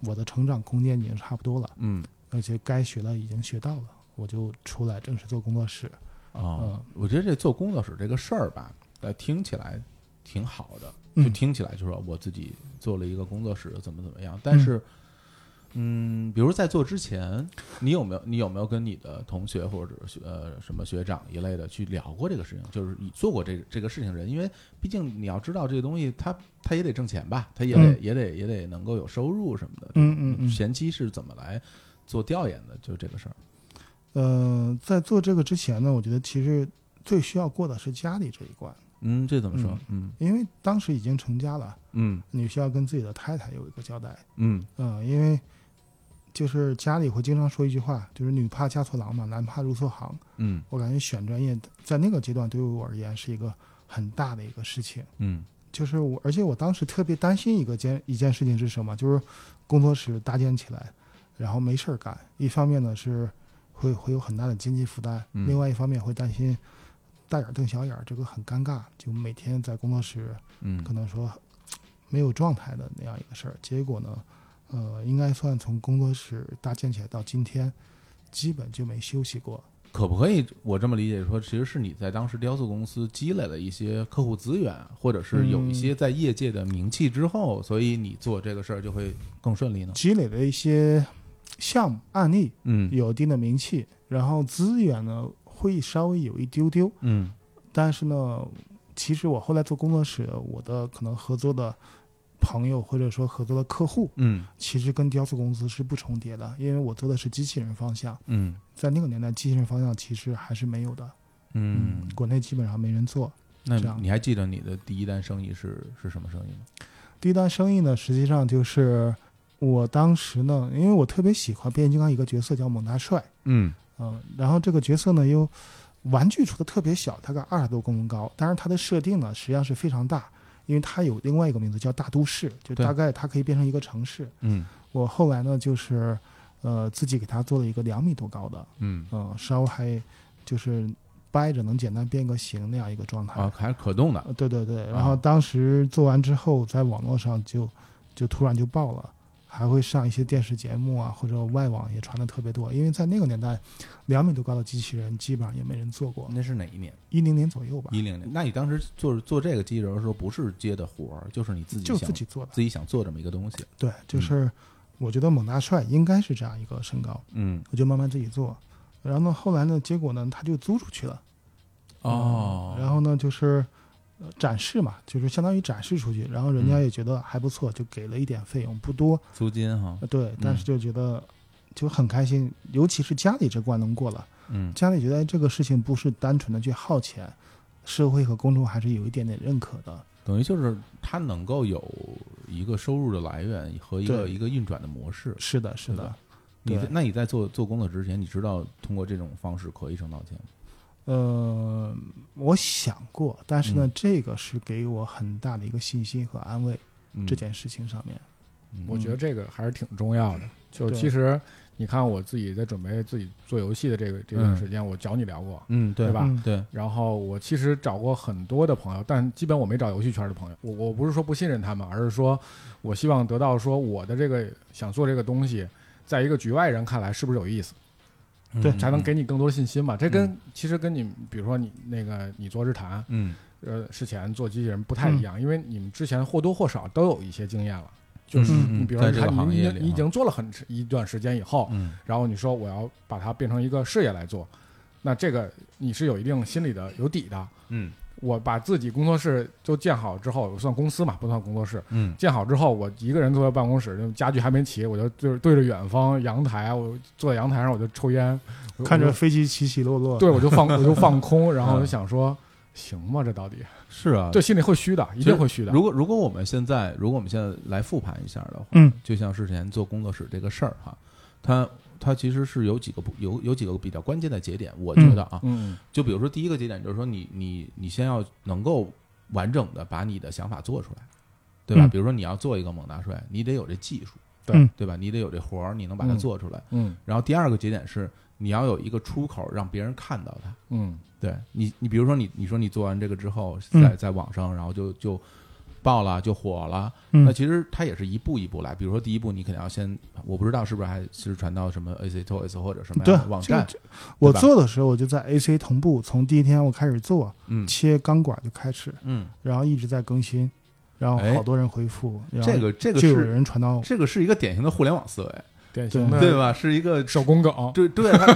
我的成长空间已经差不多了。嗯而且该学的已经学到了，我就出来正式做工作室。哦嗯，我觉得这做工作室这个事儿吧，呃，听起来挺好的，嗯就听起来就说我自己做了一个工作室，怎么怎么样。但是，嗯，比如在做之前，你有没有你有没有跟你的同学或者是学呃什么学长一类的去聊过这个事情？就是你做过这个这个事情的人，因为毕竟你要知道这个东西，他他也得挣钱吧，他也得、嗯也得也得能够有收入什么的。嗯嗯嗯。前期是怎么来做调研的？就这个事儿。呃，在做这个之前呢，我觉得其实最需要过的是家里这一关，嗯，这怎么说？嗯因为当时已经成家了，嗯你需要跟自己的太太有一个交代。嗯嗯、因为就是家里会经常说一句话，就是“女怕嫁错郎嘛，男怕入错行嗯”。我感觉选专业在那个阶段对于我而言是一个很大的一个事情。嗯就是我，而且我当时特别担心一个件一件事情是什么，就是工作室搭建起来，然后没事儿干。一方面呢是会会有很大的经济负担，嗯另外一方面会担心大眼瞪小眼儿，这个很尴尬。就每天在工作室嗯可能说没有状态的那样一个事儿。结果呢，呃，应该算从工作室搭建起来到今天，基本就没休息过。可不可以我这么理解说，其实是你在当时雕塑公司积累了一些客户资源，或者是有一些在业界的名气之后，所以你做这个事儿就会更顺利呢？积累了一些项目案例，嗯有一定的名气，然后资源呢会稍微有一丢丢，嗯但是呢，其实我后来做工作室，我的可能合作的朋友或者说合作的客户，嗯其实跟雕塑公司是不重叠的，因为我做的是机器人方向，嗯在那个年代，机器人方向其实还是没有的，嗯。国内基本上没人做。那这样你还记得你的第一单生意是是什么生意吗？第一单生意呢，实际上就是我当时呢，因为我特别喜欢变形金刚一个角色叫猛大帅，嗯嗯，然后这个角色呢又玩具出的特别小，大概二十多公分高，但是它的设定呢实际上是非常大，因为它有另外一个名字叫大都市，就对大概它可以变成一个城市。嗯我后来呢，就是呃自己给它做了一个两米多高的，嗯，嗯、稍微还就是掰着能简单变个形那样一个状态。啊，还是可动的，呃对对对，然啊后当时做完之后，在网络上就就突然就爆了，还会上一些电视节目啊，或者外网也传的特别多。因为在那个年代，两米多高的机器人基本上也没人做过，那是哪一年？一零年左右吧，一零年。那嗯你当时做做这个机器人的时候，不是接的活儿，就是你自己就想自己做的。自己想嗯做这么一个东西。对，就是我觉得猛大帅应该是这样一个身高，嗯，我就慢慢自己做。然后呢，后来呢，结果呢，他就租出去了。哦嗯然后呢，就是、呃展示嘛，就是相当于展示出去，然后人家嗯也觉得还不错，就给了一点费用，不多，租金哈，呃对，但是嗯就觉得就很开心，尤其是家里这关能过了，嗯家里觉得哎这个事情不是单纯的去耗钱，社会和公众还是有一点点认可的。等于就是它能够有一个收入的来源和一个对一个运转的模式。是的，是对的吧，你在对那你在做做工作之前，你知道通过这种方式可以挣到钱吗？呃，我想过，但是呢，嗯这个是给我很大的一个信心和安慰，嗯这件事情上面，我觉得这个还是挺重要的。就对其实你看我自己在准备自己做游戏的这个这段时间，我找你聊过，嗯，对对吧嗯对，然后我其实找过很多的朋友，但基本我没找游戏圈的朋友。我我不是说不信任他们，而是说我希望得到说我的这个想做这个东西，在一个局外人看来是不是有意思，对嗯才能给你更多的信心嘛。这跟、嗯其实跟你比如说你那个你做日坛，嗯呃，之前做机器人不太一样，因为你们之前或多或少都有一些经验了。就是嗯嗯你，比如说在这个你看行你业你里你已哈经做了很一段时间以后，嗯然后你说我要把它变成一个事业来做，那这个你是有一定心理的有底的。嗯我把自己工作室就建好之后，我算公司嘛，不算工作室。嗯建好之后，我一个人坐在办公室，就家具还没齐，我就就是对着远方阳台，我坐在阳台上我就抽烟，我看我着 就飞机起起落落，对我就放我就放空，然后我就嗯想说，行吗？这到底是啊，对心里会虚的，一其实定会虚的。如果如果我们现在如果我们现在来复盘一下的话，嗯，就像之前做工作室这个事儿哈，它它其实是有几个不有有几个比较关键的节点，我觉得啊，嗯就比如说第一个节点就是说你你你先要能够完整的把你的想法做出来，对吧？嗯比如说你要做一个猛大帅，你得有这技术，对嗯对吧？你得有这活儿，你能把它嗯做出来。嗯然后第二个节点是你要有一个出口让别人看到它，嗯对你，你比如说你，你说你做完这个之后，嗯在在网上，然后就就爆了，就火了。那嗯其实它也是一步一步来。比如说第一步，你肯定要先，我不知道是不是还是传到什么 AC Toys 或者什么对样的网这个站。这我对吧做的时候，我就在 AC 同步，从第一天我开始做，嗯切钢管就开始，嗯，然后一直在更新，然后哎好多人回复，然后这个这个就有是人传 到，这个是一个典型的互联网思维，典型嗯的对吧？是一个手工梗，对对， 它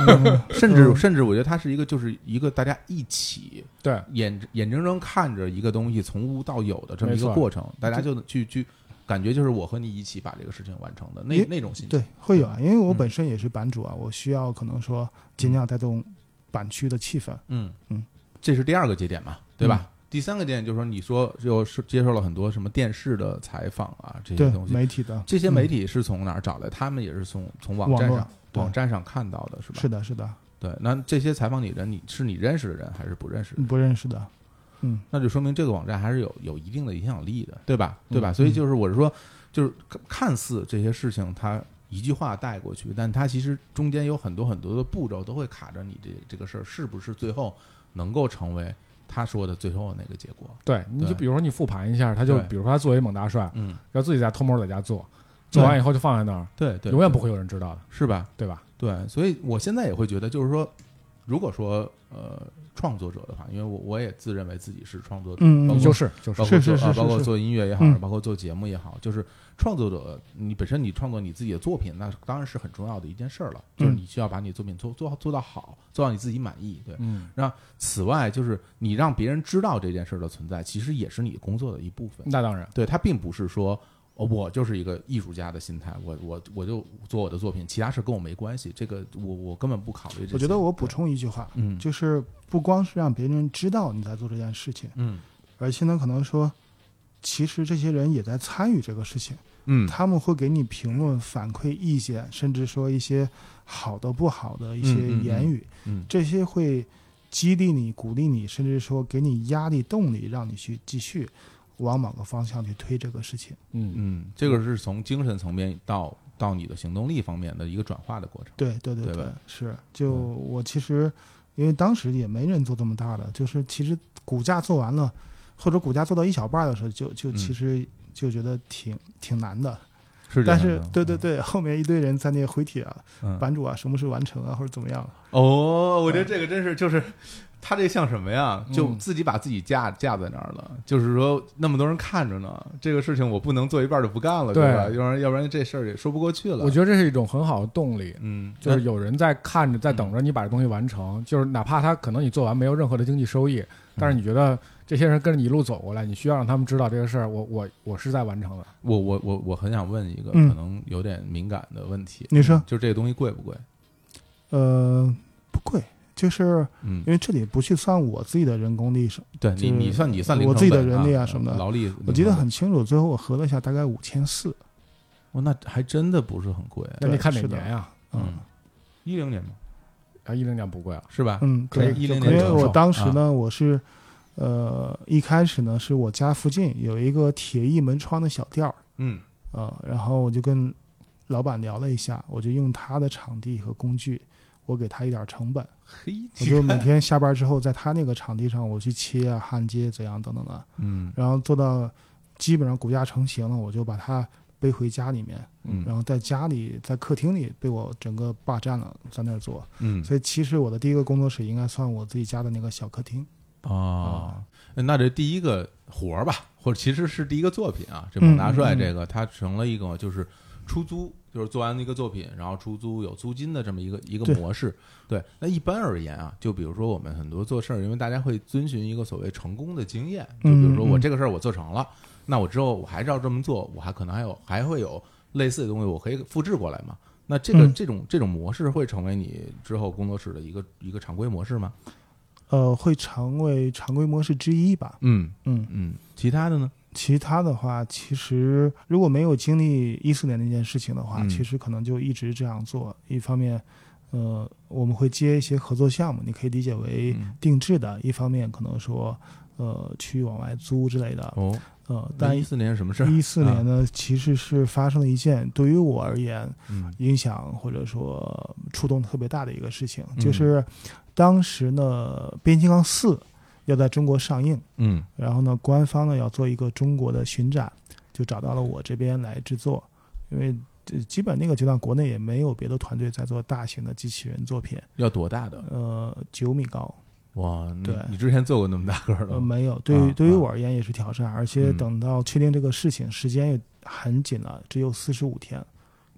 甚至嗯甚至我觉得它是一个就是一个大家一起对眼眼睁睁看着一个东西从无到有的这么没一个错过程，大家就去去感觉就是我和你一起把这个事情完成的那也那种心情。对，会有啊，因为我嗯本身也是版主啊，我需要可能说尽量带动版区的气氛，嗯嗯，这是第二个节点嘛，对吧？第三个节点就是说，你说就是接受了很多什么电视的采访啊，这些对东西，媒体的这些媒体、体是从哪儿找来？他们也是从从网网站络上对网站上看到的，是吧？是的，是的，对。那这些采访你的人，你是你认识的人还是不认识嗯的人？不认识的，嗯，那就说明这个网站还是有有一定的影响力的，对吧？嗯对吧？所以就是我是说，就是看看似这些事情它一句话带过去，但它其实中间有很多很多的步骤都会卡着你这这个事儿是不是最后能够成为他说的最后的那个结果？对，你就对比如说你复盘一下，他就对比如说他作为猛大帅，嗯，要自己在偷摸在家做，对做完以后就放在那儿，对对，永远对不会有人知道的，是吧？对吧？对，所以我现在也会觉得，就是说，如果说呃创作者的话，因为我我也自认为自己是创作者，嗯嗯包嗯括你就是就包是括是做是啊，是包括是做音乐也好，嗯包括做节目也好，就是创作者你本身你创作你自己的作品，那当然是很重要的一件事儿了，就是嗯你需要把你作品做做做到好，做到你自己满意。对，嗯，此外就是你让别人知道这件事儿的存在，其实也是你工作的一部分。那当然，对，它并不是说。哦我就是一个艺术家的心态，我我我就做我的作品，其他事跟我没关系。这个我我根本不考虑这些。我觉得我补对，充一句话，嗯，就是不光是让别人知道你在做这件事情，嗯而且呢，可能说。其实这些人也在参与这个事情，嗯他们会给你评论、反馈意见，甚至说一些好的、不好的一些嗯嗯嗯言语。嗯这些会激励你、鼓励你，甚至说给你压力、动力，让你去继续。往某个方向去推这个事情。嗯嗯，这个是从精神层面到到你的行动力方面的一个转化的过程。对对对对对，吧是就嗯我其实因为当时也没人做这么大的，就是其实股价做完了，或者股价做到一小半儿的时候，就就嗯其实就觉得挺、挺难的。是这但样的，是对对对，后面一堆人在那回帖啊、嗯，嗯版主啊，什么时候完成啊，或者怎么样，哦，我觉得这个真是就是。他这像什么呀？就嗯自己把自己架架在那儿了。就是说，那么多人看着呢，这个事情我不能做一半就不干了，对吧？要不然要不然这事儿也说不过去了。我觉得这是一种很好的动力，嗯，就是有人在看着，在等着你把这东西完成，就是哪怕他可能你做完没有任何的经济收益，但是你觉得这些人跟着你一路走过来，你需要让他们知道这个事儿，我我我是在完成的。我我我我很想问一个嗯可能有点敏感的问题，你说就是这个东西贵不贵？呃，不贵，就是嗯，因为这里不去算我自己的人工力是，对你就是你算你算零我自己的成本人力啊啊什么的劳力，我记得很清楚，最后我核了一下，大概五千四。啊哇，哦那还真的不是很贵。那你对看哪是的年呀？嗯，一零年嘛，啊，一零年不贵啊，是吧？嗯，可以对，一零就因年啊可以承为我受当时呢，我是呃一开始呢是我家附近有一个铁艺门窗的小店儿嗯啊、然后我就跟老板聊了一下，我就用他的场地和工具，我给他一点儿 成本，嘿，我就每天下班之后在他那个场地上我去切啊、焊接怎样等等的，嗯然后做到基本上骨架成型了，我就把它背回家里面，嗯然后在家里在客厅里被我整个霸占了，在那儿做，嗯所以其实我的第一个工作室应该算我自己家的那个小客厅。哦，那这第一个活儿吧，或者其实是第一个作品啊，这蒙大帅嗯嗯嗯这个他成了一个就是出租，就是做完一个作品，然后出租有租金的这么一个一个对模式。对，那一般而言啊，就比如说我们很多做事儿，因为大家会遵循一个所谓成功的经验，就比如说嗯嗯我这个事儿我做成了，那我之后我还照这么做，我还可能还有还会有类似的东西，我可以复制过来嘛。那这个嗯这种这种模式会成为你之后工作室的一个一个常规模式吗？呃，会成为常规模式之一吧。嗯嗯，嗯，其他的呢？其他的话，其实如果没有经历一四年那件事情的话，嗯其实可能就一直这样做。一方面，呃，我们会接一些合作项目，你可以理解为嗯定制的；一方面，可能说，呃，去往外租之类的。哦，呃，但但一一四年是什么事儿？四年呢，其实是发生了一件对于我而言嗯影响或者说触动特别大的一个事情，嗯就是当时呢，《变形金刚四》要在中国上映，嗯然后呢，官方呢要做一个中国的巡展，就找到了我这边来制作，因为这基本那个阶段国内也没有别的团队在做大型的机器人作品，要多大的？呃，九米高，哇，你对你之前做过那么大个儿的呃，吗？没有，对啊于对于啊我而言也是挑战，而且嗯等到确定这个事情，时间也很紧了，只有四十五天，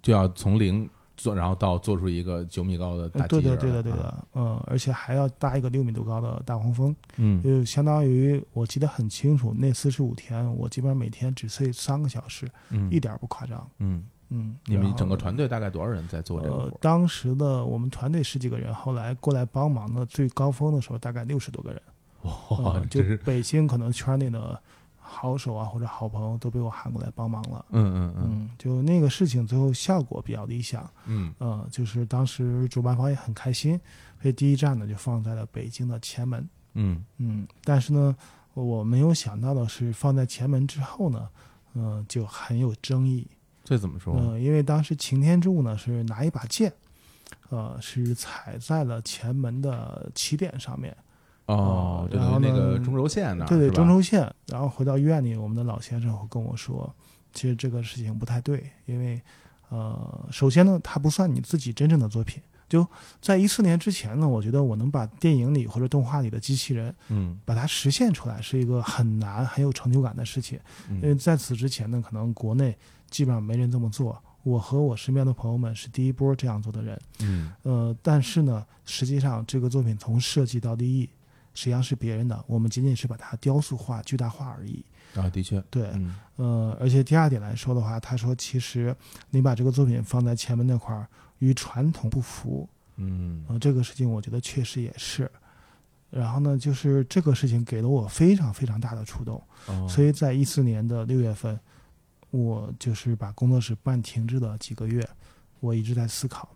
就要从零做，然后到做出一个九米高的大呃机对器人的儿对的对啊的，嗯，而且还要搭一个六米多高的大黄蜂。嗯就相当于我记得很清楚，那四十五天我基本上每天只睡三个小时，嗯一点儿不夸张。嗯，嗯，你们然后整个团队大概多少人在做这个活呃儿？，当时的我们团队十几个人，后来过来帮忙的最高峰的时候大概六十多个人，哇， 嗯就真是北京可能圈内的好手啊或者好朋友都被我喊过来帮忙了。嗯嗯嗯嗯，就那个事情最后效果比较理想，嗯呃，就是当时主办方也很开心，所以第一站呢就放在了北京的前门。嗯嗯，但是呢，我没有想到的是，放在前门之后呢，嗯、就很有争议。这怎么说？嗯、因为当时擎天柱呢是拿一把剑，呃，是踩在了前门的起点上面，哦，就等呃然于后那呢个中轴线那儿，对对，啊是吧中，轴线。然后回到院里，我们的老先生会跟我说，其实这个事情不太对，因为，呃，首先呢，它不算你自己真正的作品。就在一四年之前呢，我觉得我能把电影里或者动画里的机器人嗯把它实现出来是一个很难、很有成就感的事情。因为嗯在此之前呢，可能国内基本上没人这么做。我和我身边的朋友们是第一波这样做的人。嗯呃，但是呢，实际上这个作品从设计到立意，实际上是别人的，我们仅仅是把它雕塑化、巨大化而已。啊，的确，对，嗯呃，而且第二点来说的话，他说其实你把这个作品放在前面那块儿，与传统不符。嗯呃，这个事情我觉得确实也是。然后呢，就是这个事情给了我非常非常大的触动。哦所以在一四年的六月份，我就是把工作室办停滞了几个月，我一直在思考。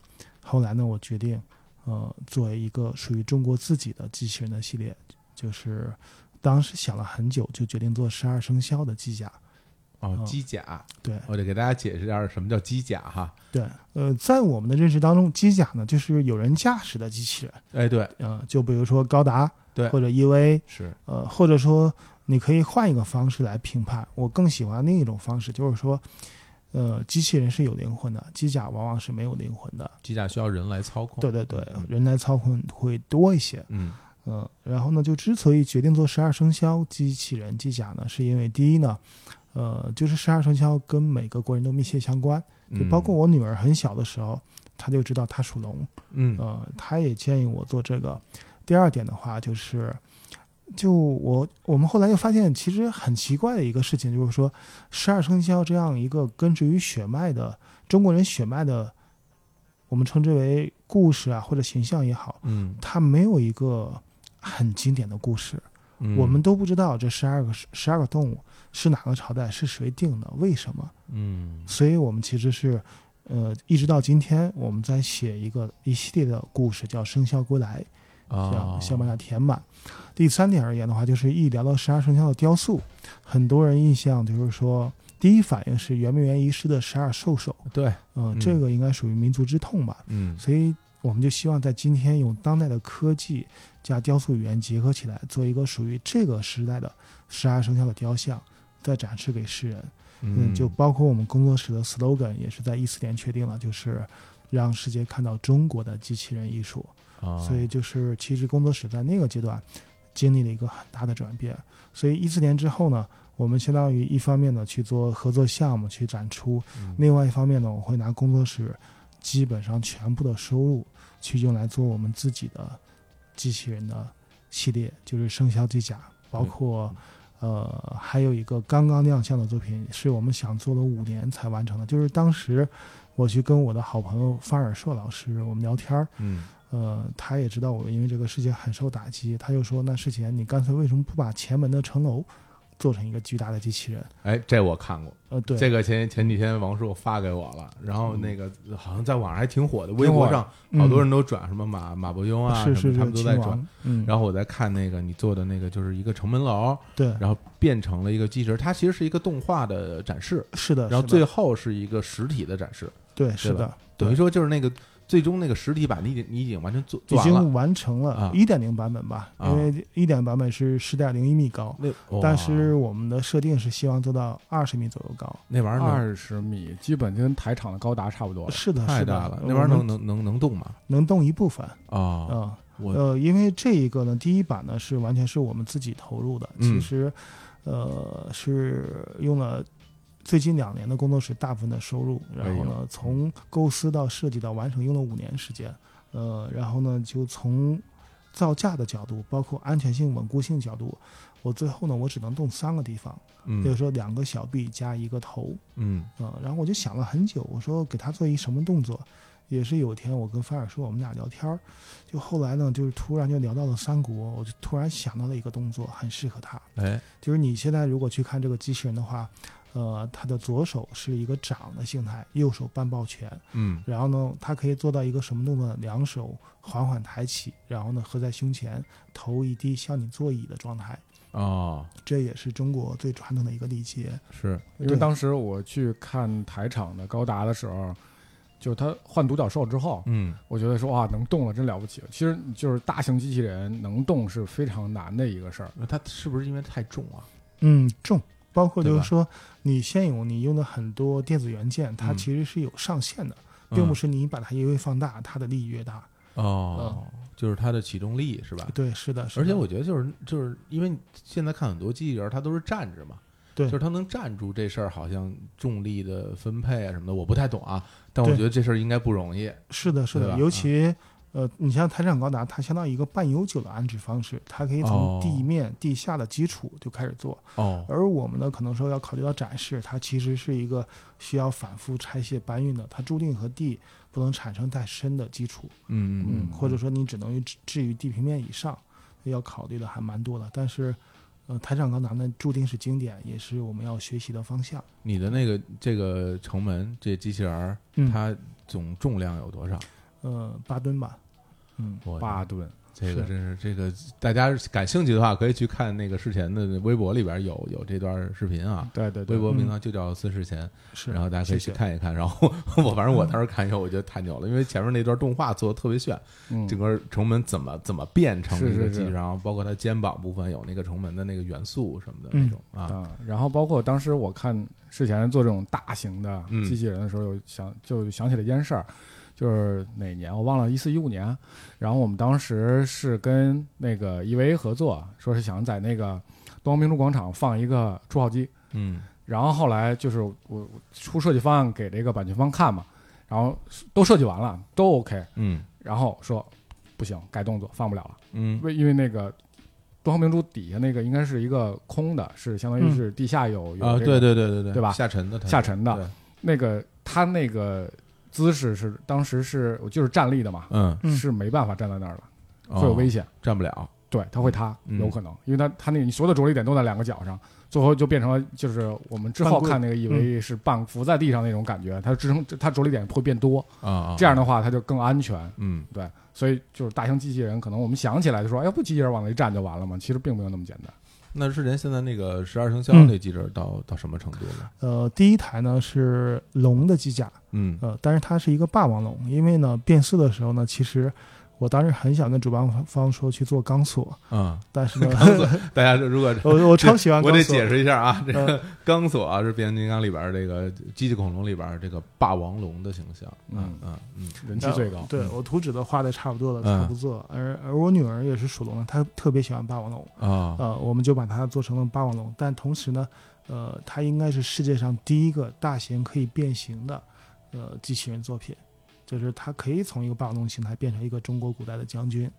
后来呢，我决定，呃，作为一个属于中国自己的机器人的系列，就是当时想了很久，就决定做十二生肖的机甲。哦，哦机甲，对我得给大家解释一下什么叫机甲哈。对，呃，在我们的认识当中，机甲呢就是有人驾驶的机器人，哎，对，呃，就比如说高达，对或者 E EVA，是，呃，或者说你可以换一个方式来评判。我更喜欢另一种方式，就是说，呃，机器人是有灵魂的，机甲往往是没有灵魂的。机甲需要人来操控。对，对对，人来操控会多一些。嗯，嗯，然后呢，就之所以决定做十二生肖机器人机甲呢，是因为第一呢，呃，就是十二生肖跟每个国人都密切相关，就包括我女儿很小的时候，她就知道她属龙，嗯，嗯，呃，她也建议我做这个。第二点的话就是，就我我们后来又发现，其实很奇怪的一个事情就是说，十二生肖这样一个根植于血脉的中国人血脉的，我们称之为故事啊或者形象也好，嗯，它没有一个很经典的故事，嗯我们，都不知道这十二个十二个动物是哪个朝代是谁定的，为什么？嗯，所以我们其实是，呃，一直到今天我们在写一个一系列的故事，叫《生肖归来》，啊想，想把它填满。第三点而言的话，就是一聊到十二生肖的雕塑，很多人印象就是说，第一反应是圆明园遗失的十二兽首，对，嗯嗯，这个应该属于民族之痛吧。嗯，所以我们就希望在今天用当代的科技加雕塑语言结合起来，做一个属于这个时代的十二生肖的雕像，再展示给世人。嗯，就包括我们工作室的 slogan 也是在一 E 四年确定了，就是让世界看到中国的机器人艺术。啊，所以就是其实工作室在那个阶段经历了一个很大的转变。所以一四年之后呢，我们相当于一方面呢去做合作项目去展出，嗯另外一方面呢，我会拿工作室基本上全部的收入去用来做我们自己的机器人的系列，就是生肖机甲，包嗯括、呃还有一个刚刚亮相的作品，是我们想做了五年才完成的，就是当时。我去跟我的好朋友方尔硕老师，我们聊天儿，嗯，呃，他也知道我因为这个事情很受打击，他就说：“那世贤，你干脆为什么不把前门的城楼做成一个巨大的机器人哎，这我看过，？”呃，对，嗯这个前前几天王硕发给我了，然后那个好像在网上还挺火的，微挺火博的上好多人都转什么马马伯庸啊，是什是么是他们都在秦转。王，嗯，然后我在看那个你做的那个，就是一个城门楼，对，然后变成了一个机器人，它其实是一个动画的展示，是的，然后呃是的最后是一个实体的展示，对是的，等于说就是那个最终那个实体版你已经你已经完全做已做完了。经完成了啊一点零版本吧，啊因为一点版本是十点零一米高，那哇但是我们的设定是希望做到二十米左右高。那玩意儿二十米，基本跟台场的高达差不多了。是的，能太是的大了，呃那玩意儿我能们能能能动吗？能动一部分啊。啊，嗯我呃，因为这一个呢，第一版呢是完全是我们自己投入的，嗯其实，呃，是用了最近两年的工作室大部分的收入，然后哎呢，从构思到设计到完成用了五年时间，呃，然后呢，就从造价的角度，包括安全性、稳固性角度，我最后呢，我只能动三个地方，就是嗯说两个小臂加一个头，嗯啊、然后我就想了很久，我说给他做一什么动作。也是有一天我跟菲尔说，我们俩聊天儿，就后来呢，就是突然就聊到了三国，我就突然想到了一个动作，很适合他。哎就是你现在如果去看这个机器人的话，呃，它的左手是一个掌的形态，右手半抱拳，嗯然后呢，它可以做到一个什么动作呢？两手缓缓抬起，然后呢合在胸前，头一低，向你座椅的状态。哦这也是中国最传统的一个礼节。是因为当时我去看台场的高达的时候，就他换独角兽之后，嗯我觉得说哇，能动了，真了不起了。其实就是大型机器人能动是非常难的一个事儿。那它是不是因为太重啊？嗯，重，包括就对是吧说你现有你用的很多电子元件，它嗯其实是有上限的，并不是你把它越位放大，它的力越大。嗯哦，就是它的起重力是吧？对，是的，是而的且我觉得就是就是因为现在看很多机器人，它都是站着嘛，对就是它能站住这事儿，好像重力的分配啊什么的，我不太懂啊，但我对觉得这事儿应该不容易。是的，是对的吧，嗯尤其。呃，你像台场高达，它相当于一个半永久的安置方式，它可以从哦地面、地下的基础就开始做。哦，而我们呢，可能说要考虑到展示，它其实是一个需要反复拆卸搬运的，它注定和地不能产生太深的基础。嗯嗯，或者说你只能于置置于地平面以上，要考虑的还蛮多的。但是，呃，台场高达呢，注定是经典，也是我们要学习的方向。你的那个这个城门这机器人儿，嗯它总重量有多少？呃，八吨吧，嗯，我八吨，这个真是是这个，大家感兴趣的话，可以去看那个事前的微博里边有有这段视频啊。对对对微，博嗯名堂就叫孙世贤，是，然后大家可以去谢谢看一看。然后 我反正我当时看以后，我觉得太牛了，因为前面那段动画做的特别炫，嗯整个城门怎么怎么变成是一个是是机，然后包括它肩膀部分有那个城门的那个元素什么的那种啊，啊，然后包括当时我看之前做这种大型的嗯机器人的时候，有想就想起了一件事儿，就是哪年我忘了，一四一五年。然后我们当时是跟那个 EVA 合作，说是想在那个东方明珠广场放一个初号机。嗯然后后来就是我我出设计方案给这个版权方看嘛，然后都设计完了，都 OK，嗯然后说不行，改动作放不了了。嗯为因为那个东方明珠底下那个应该是一个空的，是相当于是地下有、有、嗯啊，这对个对对对对，对吧下沉的它下沉的对那个他那个姿势是当时是我就是站立的嘛，嗯，嗯是没办法站在那儿了，哦啊会有危险。站不了，对，他会塌，嗯有可能，因为他他那你所有的着力点都在两个脚上，最后就变成了就是我们之后半跪看那个嗯以为是半伏在地上那种感觉，它支撑它着力点会变多，啊啊，这样的话它就更安全。嗯。对，所以就是大型机器人，可能我们想起来就说，哎呀，不机器人往那一站就完了嘛，其实并没有那么简单。那之前现在那个十二生肖嗯那机制到、到什么程度了？呃，第一台呢是龙的机甲，嗯呃，但是它是一个霸王龙，因为呢变色的时候呢，其实我当时很想跟主办方说去做钢索，啊，但是呢，嗯大家如果我我超喜欢 我钢得索，解释一下啊，这个呃钢索啊是变形金刚里边儿这个机器恐龙里边儿这个霸王龙的形象，嗯嗯嗯人气最高。呃对嗯我图纸都画的差不多了，嗯差不多了。而而我女儿也是属龙的，她特别喜欢霸王龙，啊呃，我们就把它做成了霸王龙。但同时呢，呃，它应该是世界上第一个大型可以变形的呃机器人作品，就是它可以从一个霸王龙形态变成一个中国古代的将军。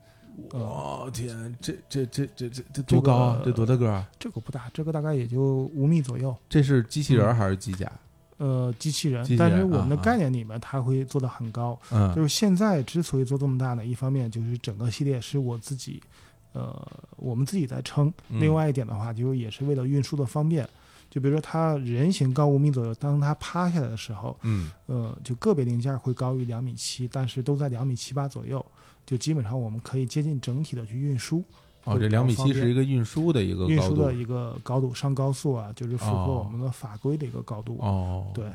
呃，哦天，这这这这这这这多个高啊？这多大个儿啊？这个不大，这个大概也就五米左右。这是机器人儿嗯还是机甲？呃，机器人机器，人但是我们的啊啊概念里面，它会做得很高。就嗯是现在之所以做这么大呢，一方面就是整个系列是我自己，呃，我们自己在撑；嗯另外一点的话，就也是为了运输的方便。就比如说，它人形高五米左右，当它趴下来的时候，嗯呃，就个别零件会高于两米七，但是都在两米七八左右，就基本上我们可以接近整体的去运输，哦，这两米七是一个运输的一个运高输度的一个高度，上高速啊，就是符合我们的法规的一个高度。哦，对，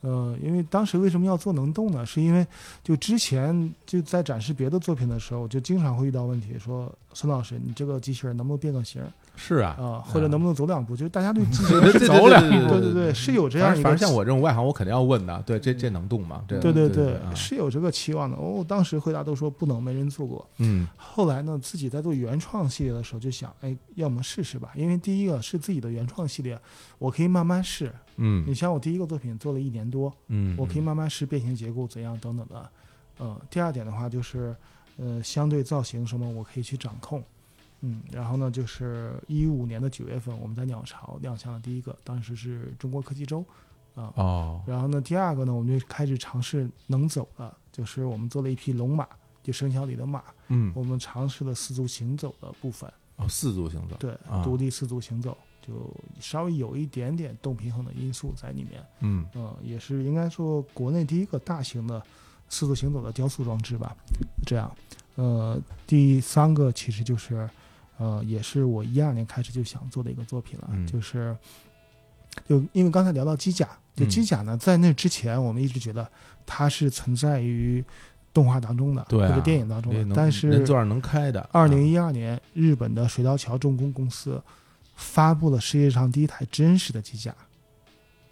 呃，因为当时为什么要做能动呢？是因为就之前就在展示别的作品的时候，就经常会遇到问题，说孙老师，你这个机器人能不能变个形儿是啊啊、，或者能不能走两步？就是大家对机器对人对对走两对对对对，是有这样反正一个嗯反正像我这种外行，我肯定要问的。对，这这能动吗？这对对对对啊，是有这个期望的。哦，当时回答都说不能，没人做过。嗯后来呢，自己在做原创系列的时候就想，哎，要么试试吧，因为第一个是自己的原创系列，我可以慢慢试。你嗯像我第一个作品做了一年多，嗯，我可以慢慢试变形结构怎样等等的。呃，第二点的话就是，呃，相对造型什么我可以去掌控。嗯，然后呢，就是一五年的九月份，我们在鸟巢亮相了第一个，当时是中国科技周，啊、哦，然后呢，第二个呢，我们就开始尝试能走的，就是我们做了一匹龙马，就生肖里的马，嗯，我们尝试了四足行走的部分，哦，四足行走，对，啊独立四足行走，就稍微有一点点动平衡的因素在里面，嗯嗯，也是应该说国内第一个大型的四足行走的雕塑装置吧，这样，呃，第三个其实就是，呃，也是我一二年开始就想做的一个作品了，嗯就是，就因为刚才聊到机甲，就嗯机甲呢，在那之前我们一直觉得它是存在于动画当中的，对啊或者电影当中也的能，啊但人是坐上能开的，二零一一二年，日本的水道桥重工公司发布了世界上第一台真实的机甲，啊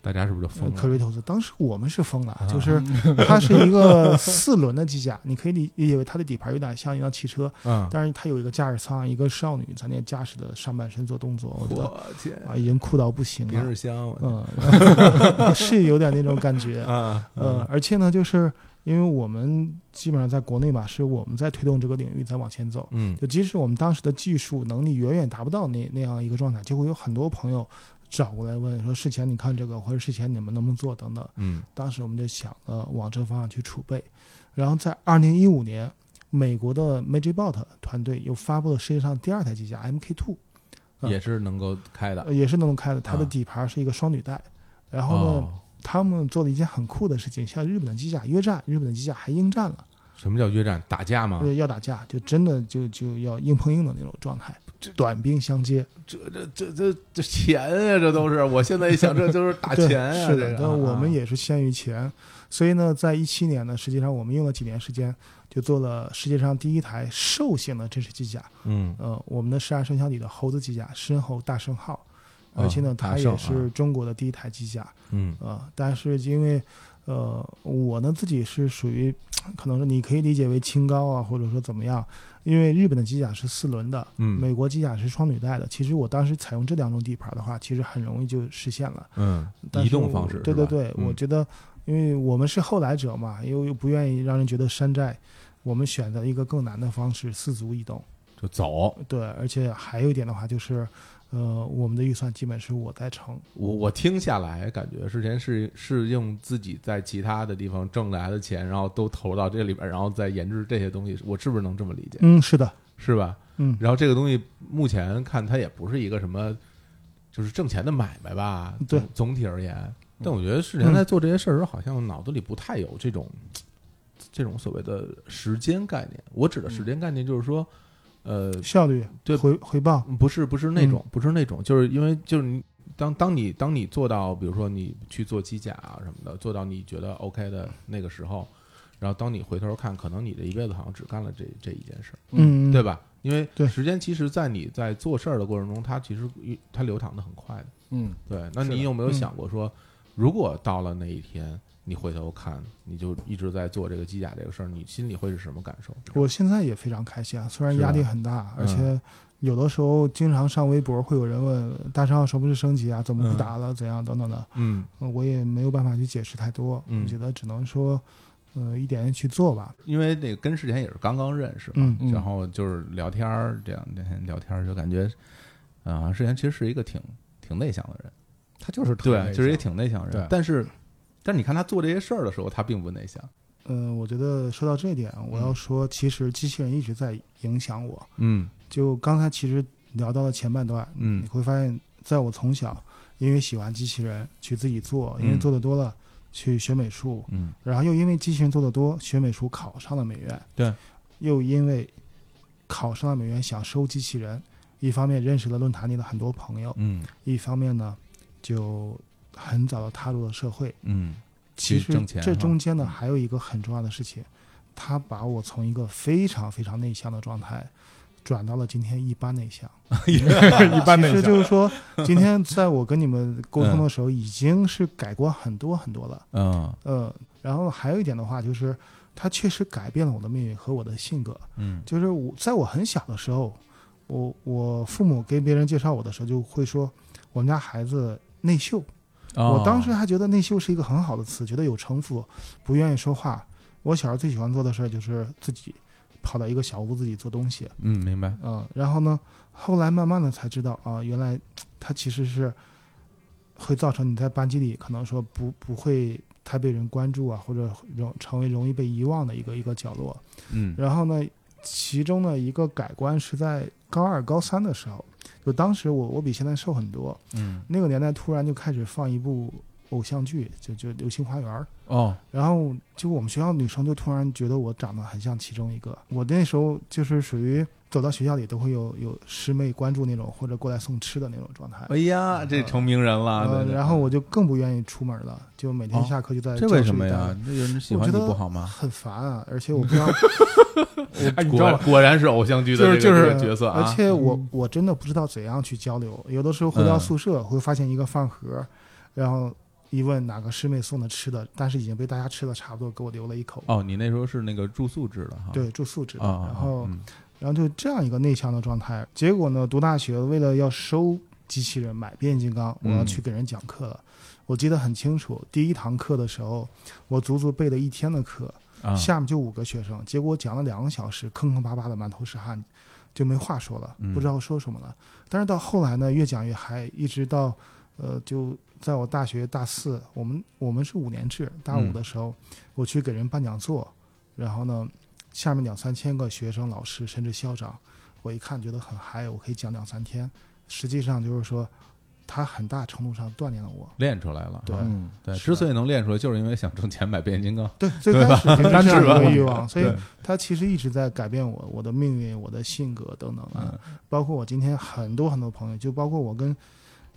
大家是不是就呃疯科了？瑞投资。当时我们是疯了，嗯啊就是它是一个四轮的机甲，你可以理理解为它的底盘有点像一辆汽车，嗯，但是它有一个驾驶舱，一个少女在那驾驶的上半身做动作，我觉得我天，啊，已经酷到不行明了日。香，我嗯，是有点那种感觉。 啊，呃，而且呢，就是因为我们基本上在国内吧，是我们在推动这个领域在往前走。嗯就即使我们当时的技术能力远远达不到那那样一个状态，就会有很多朋友找过来问说：“事前你看这个，或者事前你们能不能做等等。嗯”当时我们就想呃往这方向去储备。然后在二零一五年，美国的 MagicBot 团队又发布了世界上第二台机甲 MK2，、嗯，也是能够开的。呃、也是能够开的，它的啊底盘是一个双履带。然后呢，哦他们做了一件很酷的事情，像日本的机甲约战，日本的机甲还应战了。什么叫约战？打架吗？对，要打架就真的就就要硬碰硬的那种状态，短兵相接。这这这这这钱呀、这都是！我现在一想，这就是打 对钱呀、是这的，个但我们啊也是限于钱，所以呢，在一七年呢，实际上我们用了几年时间，就做了世界上第一台兽性的真实机甲。嗯呃，我们的十二生肖里的猴子机甲，申猴大圣号，啊而且呢，大它圣也啊是中国的第一台机甲。嗯啊，但是因为呃，我呢自己是属于，可能是你可以理解为清高啊，或者说怎么样，因为日本的机甲是四轮的，嗯美国机甲是双履带的。其实我当时采用这两种底盘的话，其实很容易就实现了。嗯，但移是动我方式是对对吧对，我嗯觉得，因为我们是后来者嘛，又又不愿意让人觉得山寨。我们选择一个更难的方式，四足移动。就走。对，而且还有一点的话就是，呃，我们的预算基本是我在承，我我听下来感觉之前是是用自己在其他的地方挣来的钱，然后都投到这里边，然后再研制这些东西，我是不是能这么理解？嗯，是的，是吧？嗯，然后这个东西目前看它也不是一个什么，就是挣钱的买卖吧。对嗯总，总体而言，但我觉得世前在做这些事儿的时候，好像脑子里不太有这种这种所谓的时间概念。我指的时间概念就是说，呃，效率对回回报，不是不是那嗯种，不是那种，就是因为就是你当当你当你做到，比如说你去做机甲啊什么的，做到你觉得 OK 的那个时候，然后当你回头看，可能你这一辈子好像只干了这这一件事儿，嗯，对吧？吧？因为对时间其实，在你在做事儿的过程中，它其实它流淌的很快的。嗯，对，那是你的有没有嗯想过说，如果到了那一天，你回头看，你就一直在做这个机甲这个事儿，你心里会是什么感受？我现在也非常开心啊，虽然是吧压力很大，嗯而且有的时候经常上微博会有人问大商号什么是升级啊，怎么不打了，怎样等等的，嗯呃我也没有办法去解释太多，嗯我觉得只能说，呃，一点点去做吧，因为那个跟世前也是刚刚认识嘛，嗯嗯然后就是聊天儿，这两天聊天儿就感觉，啊、世前其实是一个挺挺内向的人，他就是特对，内就是也向挺内向的人对，但是。但是你看他做这些事儿的时候，他并不内向。呃，我觉得说到这一点，我要说，其实机器人一直在影响我，嗯就刚才其实聊到了前半段，嗯你会发现，在我从小因为喜欢机器人去自己做，因为嗯做的多了去学美术，嗯然后又因为机器人做的多，学美术考上了美院，对，又因为考上了美院想收机器人，一方面认识了论坛里的很多朋友，嗯一方面呢就很早的踏入了社会。嗯，其去实挣钱这哈中间呢还有一个很重要的事情，他把我从一个非常非常内向的状态。转到了今天一般内向，一般内这向就。是说，今天在我跟你们沟通的时候，已经是改过很多很多了。嗯呃，然后还有一点的话，就是它确实改变了我的命运和我的性格。嗯就是我在我很小的时候，我我父母给别人介绍我的时候，就会说我们家孩子内秀。哦我当时还觉得内秀是一个很好的词，觉得有城府，不愿意说话。我小时候最喜欢做的事儿就是自己跑到一个小屋子里做东西。嗯明白，嗯，然后呢，后来慢慢的才知道啊，原来它其实是会造成你在班级里可能说不不会太被人关注啊，或者容成为容易被遗忘的一个一个角落。嗯然后呢，其中的一个改观是在高二高三的时候，就当时我我比现在瘦很多，嗯那个年代突然就开始放一部偶像剧，就就《流星花园》。哦然后就我们学校女生就突然觉得我长得很像其中一个。我那时候就是属于走到学校里都会有有师妹关注那种，或者过来送吃的那种状态。哎呀，这成名人了。呃对对然后我就更不愿意出门了，就每天哦下课就在这教为室什里么呀待？这有人喜我欢觉你得不好吗？很烦啊！而且我不知道，哎， 你知果道然吗？果然是偶像剧的这个、就是这个角色啊，而且我我真的不知道怎样去交流。有的时候回到嗯宿舍会发现一个饭盒，然后一问哪个师妹送的吃的，但是已经被大家吃的差不多，给我留了一口。哦，你那时候是那个住宿制的哈，对，住宿制的，啊，然后。嗯然后就这样一个内向的状态。结果呢，读大学为了要收机器人买变形金刚，我嗯要去给人讲课了。我记得很清楚，第一堂课的时候，我足足备了一天的课，啊，下面就五个学生，结果我讲了两个小时，坑坑巴巴的，满头是汗，就没话说了，嗯不知道说什么了。但是到后来呢，越讲越嗨，一直到呃，就在我大学大四，我们我们是五年制，大五嗯的时候，我去给人办讲座，然后呢，下面两三千个学生、老师甚至校长，我一看觉得很嗨，我可以讲两三天，实际上就是说。它很大程度上锻炼了我。练出来了。对啊嗯，对，是之所以能练出来，就是因为想挣钱买变形金刚。对，最开始就是这样一个欲望，所以对它其实一直在改变我，我的命运、我的性格等等啊。嗯包括我今天很多很多朋友，就包括我跟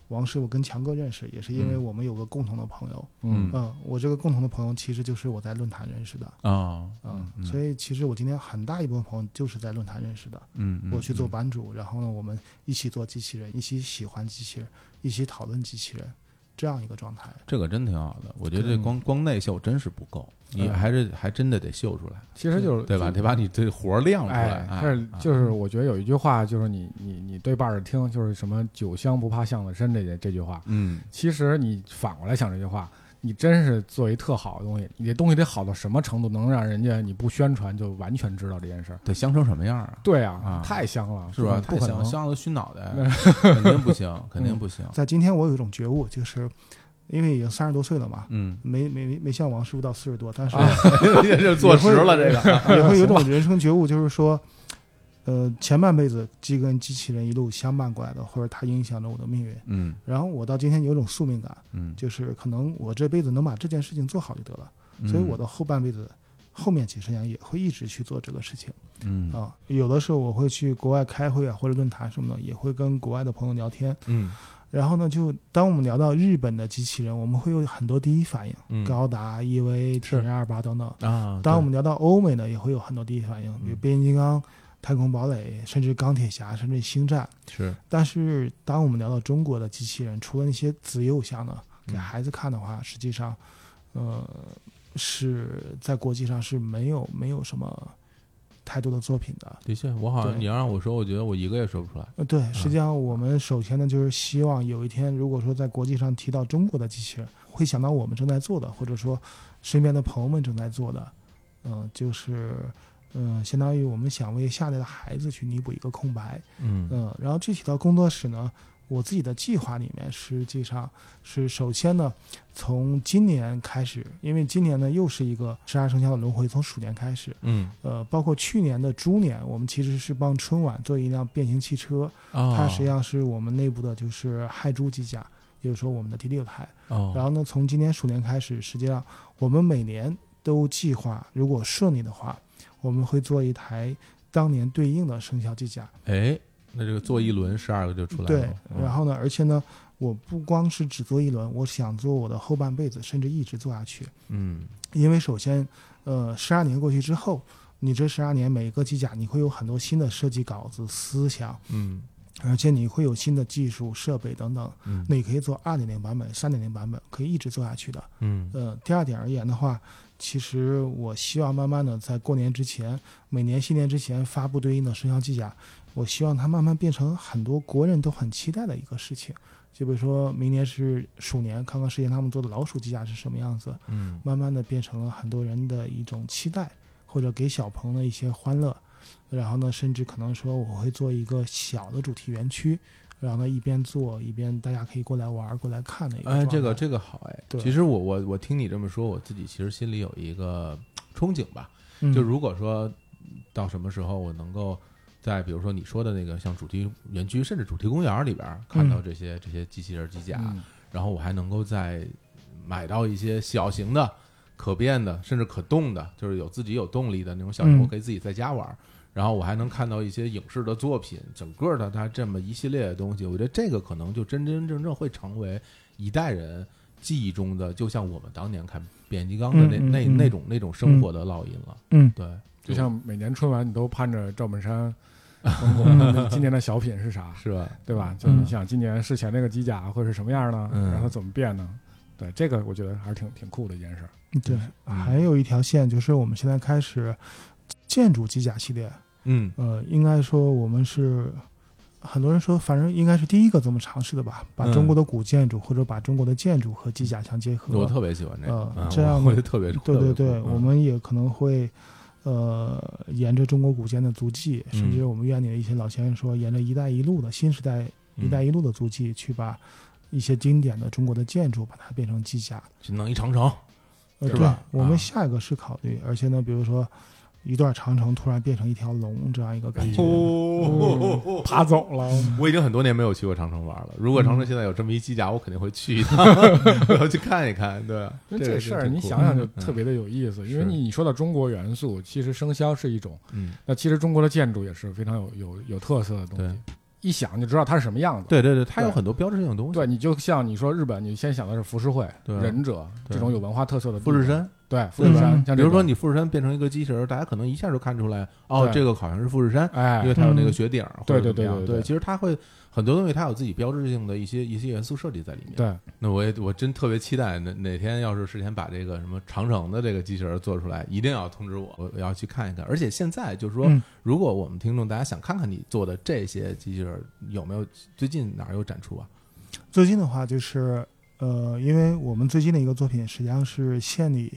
王师傅跟强哥认识，也是因为嗯我们有个共同的朋友。嗯嗯，我这个共同的朋友其实就是我在论坛认识的。啊，嗯，嗯所以其实我今天很大一部分朋友就是在论坛认识的。嗯，嗯我去做，版主，然后呢，我们一起做机器人，一起喜欢机器人，一起讨论机器人，这样一个状态。这个真挺好的。我觉得这嗯光光内秀真是不够，你嗯还是还真的得秀出来，其实就是对吧？得把你这活儿亮出来哎。，但是啊就是我觉得有一句话，就是你你你对半着听，就是什么“酒香不怕巷子深”这这句话。嗯，其实你反过来想这句话，你真是做一特好的东西，你这东西得好到什么程度，能让人家你不宣传就完全知道这件事儿？得香成什么样啊？对啊啊，太香了，是吧？不太可能香，。香的熏脑袋，肯定不行，肯定不行。在今天，我有一种觉悟，就是因为已经三十多岁了嘛， 嗯，没没没像王师傅到四十多，但是啊这是坐实了这个。也会有一种人生觉悟，就是说，呃，前半辈子既跟机器人一路相伴过来的，或者它影响着我的命运。 嗯然后我到今天有一种宿命感，嗯，就是可能我这辈子能把这件事情做好就得了，嗯所以我的后半辈子，后面几十年也会一直去做这个事情。嗯啊，有的时候我会去国外开会啊，或者论坛什么的，也会跟国外的朋友聊天。嗯然后呢，就当我们聊到日本的机器人，我们会有很多第一反应，嗯高达、EVA、T 是二八等等。啊，当我对们聊到欧美呢，也会有很多第一反应，比如嗯变形金刚、太空堡垒，甚至钢铁侠，甚至星战。是但是当我们聊到中国的机器人，除了那些子幼像呢，给嗯孩子看的话，实际上，呃，是在国际上是没有没有什么太多的作品的。的确，我好像对你要让我说，我觉得我一个也说不出来。呃，对，实际上我们首先呢，就是希望有一天，如果说在国际上提到中国的机器人，会想到我们正在做的，或者说身边的朋友们正在做的，嗯、就是，嗯、相当于我们想为下一代的孩子去弥补一个空白，嗯嗯、然后具体到工作室呢，我自己的计划里面，实际上是首先呢，从今年开始，因为今年呢又是一个十二生肖的轮回，从鼠年开始，嗯呃，包括去年的猪年，我们其实是帮春晚做一辆变形汽车，啊，它实际上是我们内部的就是亥猪机甲，也就是说我们的第六台。哦，然后呢，从今年鼠年开始，实际上我们每年都计划，如果顺利的话，我们会做一台当年对应的生肖机甲。哎，那这个做一轮十二个就出来了。对，嗯然后呢，而且呢，我不光是只做一轮，我想做我的后半辈子，甚至一直做下去。嗯因为首先，呃，十二年过去之后，你这十二年每一个机甲，你会有很多新的设计稿子、思想，嗯而且你会有新的技术、设备等等。嗯那你可以做二点零版本、三点零版本，可以一直做下去的。嗯呃，第二点而言的话，其实我希望慢慢的在过年之前，每年新年之前发布对应的生肖机甲，我希望它慢慢变成很多国人都很期待的一个事情。就比如说明年是鼠年，看看之前他们做的老鼠机甲是什么样子，嗯慢慢的变成了很多人的一种期待，或者给小朋友的一些欢乐。然后呢，甚至可能说我会做一个小的主题园区，然后呢一边做一边大家可以过来玩儿、过来看的一个。哎，这个，这个好哎。对其实我我我听你这么说，我自己其实心里有一个憧憬吧。嗯、就如果说到什么时候我能够在比如说你说的那个像主题园区，甚至主题公园里边儿看嗯到这些、这些机器人机甲，嗯然后我还能够再买到一些小型的、可变的，甚至可动的，就是有自己有动力的那种小人物，嗯可以自己在家玩儿。然后我还能看到一些影视的作品，整个的它这么一系列的东西，我觉得这个可能就真真正正会成为一代人记忆中的，就像我们当年看变形金刚的那、嗯嗯那嗯那种那种生活的烙印了。嗯，对，就像每年春晚你都盼着赵本山冯巩他们今年的小品是啥，是吧？对吧？就是你嗯想今年事前那个机甲会是什么样呢？嗯然后怎么变呢？对，这个我觉得还是挺挺酷的一件 事儿。对嗯。还有一条线就是我们现在开始建筑机甲系列，嗯呃，应该说我们是很多人说，反正应该是第一个这么尝试的吧，把嗯中国的古建筑或者把中国的建筑和机甲相结合。我特别喜欢这个，呃啊这样我我就特别嗯对对特别对，酷我们也可能会，呃，沿着中国古建的足迹，甚至我们院里的一些老先生说，沿着“一带一路”的新时代“嗯一带一路”的足迹，去把一些经典的中国的建筑，把它变成机甲，去弄一长城，呃，是对吧，我啊们下一个是考虑，而且呢，比如说，一段长城突然变成一条龙这样一个嗯感哎觉。哦，爬走了， 我已经很多年没有去过长城玩了。如果长城现在有这么一机甲，我肯定会去一趟， 我要去看一看。对，因为这这个事真儿挺你酷嗯想想就特别的有意思，因为是你你说到中国元素，其实生肖是一种，嗯，那其实中国的建筑也是非常有有有特色的东对西，一想就知道它是什么样子。对对对，它有对很多标志性的东西，对，你就像你说日本，你先想的是浮世绘、对啊忍者对这种有文化特色的地富方士，山，对富士山，嗯像比这如说种你富士山变成一个机器人儿，大家可能一下就看出来，哦，对这个好像是富士山，因为哎，它有那个雪顶儿，或者对对怎么样对对对对其实它会很多东西，它有自己标志性的一些一些元素设计在里面。对，那我也我真特别期待哪哪天要是事先把这个什么长城的这个机器人做出来，一定要通知我，我要去看一看。而且现在就是说，嗯如果我们听众大家想看看你做的这些机器人有没有最近哪儿有展出啊？最近的话就是，呃，因为我们最近的一个作品实际上是献礼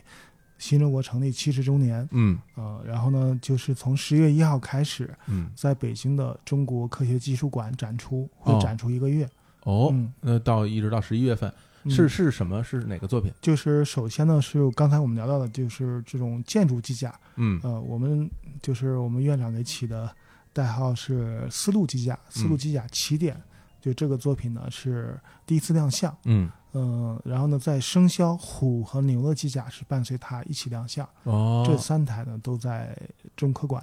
新中国成立七十周年，嗯呃，然后呢，就是从十月一号开始，嗯在北京的中国科学技术馆展出，会哦展出一个月。哦，嗯那到一直到十一月份、嗯是是什么？是哪个作品？就是首先呢是刚才我们聊到的，就是这种建筑机甲，嗯呃，我们就是我们院长给起的代号是丝路机甲，嗯丝路机甲起点。就这个作品呢是第一次亮相，嗯嗯、然后呢，在生肖虎和牛的机甲是伴随它一起亮相，哦，这三台呢都在中科馆，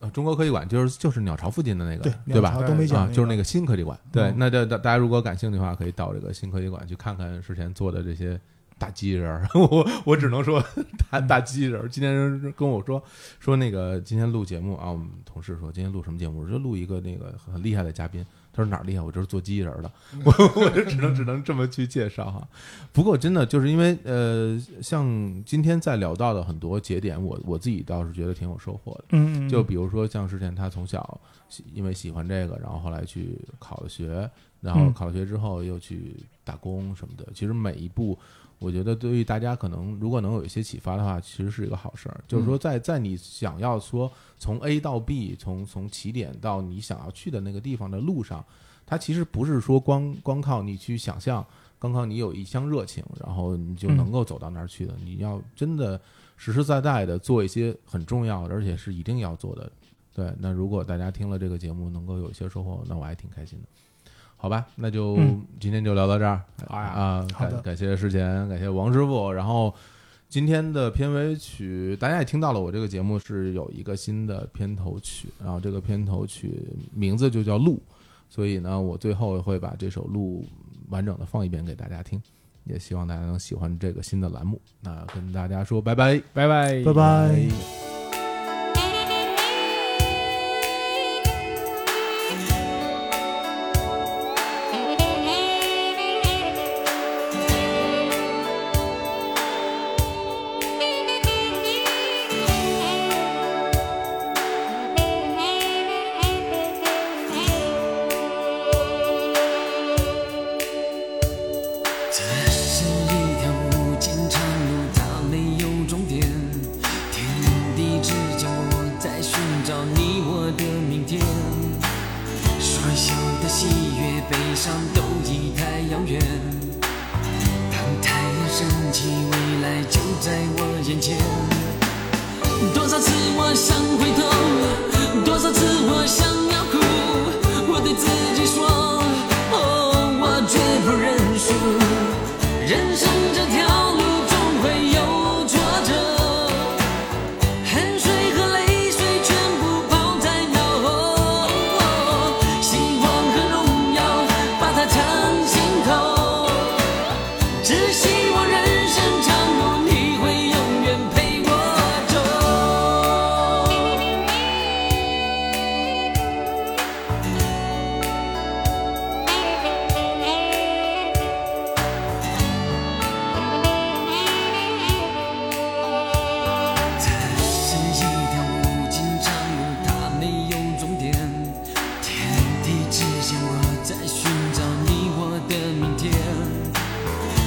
呃，中国科技馆就是就是鸟巢附近的那个，对鸟吧巢？东北角、啊，就是那个新科技馆。对，嗯那这大大家如果感兴趣的话，可以到这个新科技馆去看看之前做的这些大机器人儿。 我我只能说大大机器人儿。今天跟我说说那个今天录节目啊，我们同事说今天录什么节目？我说就录一个那个很厉害的嘉宾。他说哪儿厉害？我就是做机器人儿的，嗯我我就只能只能这么去介绍哈。不过真的就是因为呃，像今天在聊到的很多节点，我我自己倒是觉得挺有收获的。嗯，嗯就比如说像之前他从小喜因为喜欢这个，然后后来去考了学，然后嗯考了学之后又去打工什么的。其实每一步，我觉得对于大家可能如果能有一些启发的话，其实是一个好事儿。就是嗯说在，在你想要说从 A 到 B，从从起点到你想要去的那个地方的路上，它其实不是说光光靠你去想象。光靠你有一腔热情，然后你就嗯能够走到那儿去的。你要真的实实在在的做一些很重要的，而且是一定要做的。对，那如果大家听了这个节目能够有一些收获，那我还挺开心的。好吧，那就嗯今天就聊到这儿。好呀啊，好的感感谢世贤，感谢王师傅。然后今天的片尾曲，大家也听到了，我这个节目是有一个新的片头曲，然后这个片头曲名字就叫《路》，所以呢，我最后会把这首《路》完整的放一遍给大家听，也希望大家能喜欢这个新的栏目。那跟大家说拜拜。拜拜，拜拜。这是一条无尽长路，它没有终点。天地之间，我在寻找你我的明天。说笑的喜悦，悲伤都已太遥远。当太阳升起，未来就在我眼前。多少次我想回头，多少次我想要哭，我对自己说，哦，我绝不认输。人生这条路总会有挫折，汗水和泪水全部抛在脑后，希望和荣耀把它藏心头。只希望人生长路，你会永远陪我走。这是一条无尽长路，它没有终点。天地之间，我在寻找你我的明天。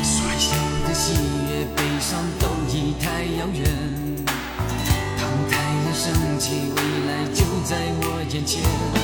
摔笑的喜悦、悲伤都已太遥远。当太阳升起，未来就在我眼前。哦哦哦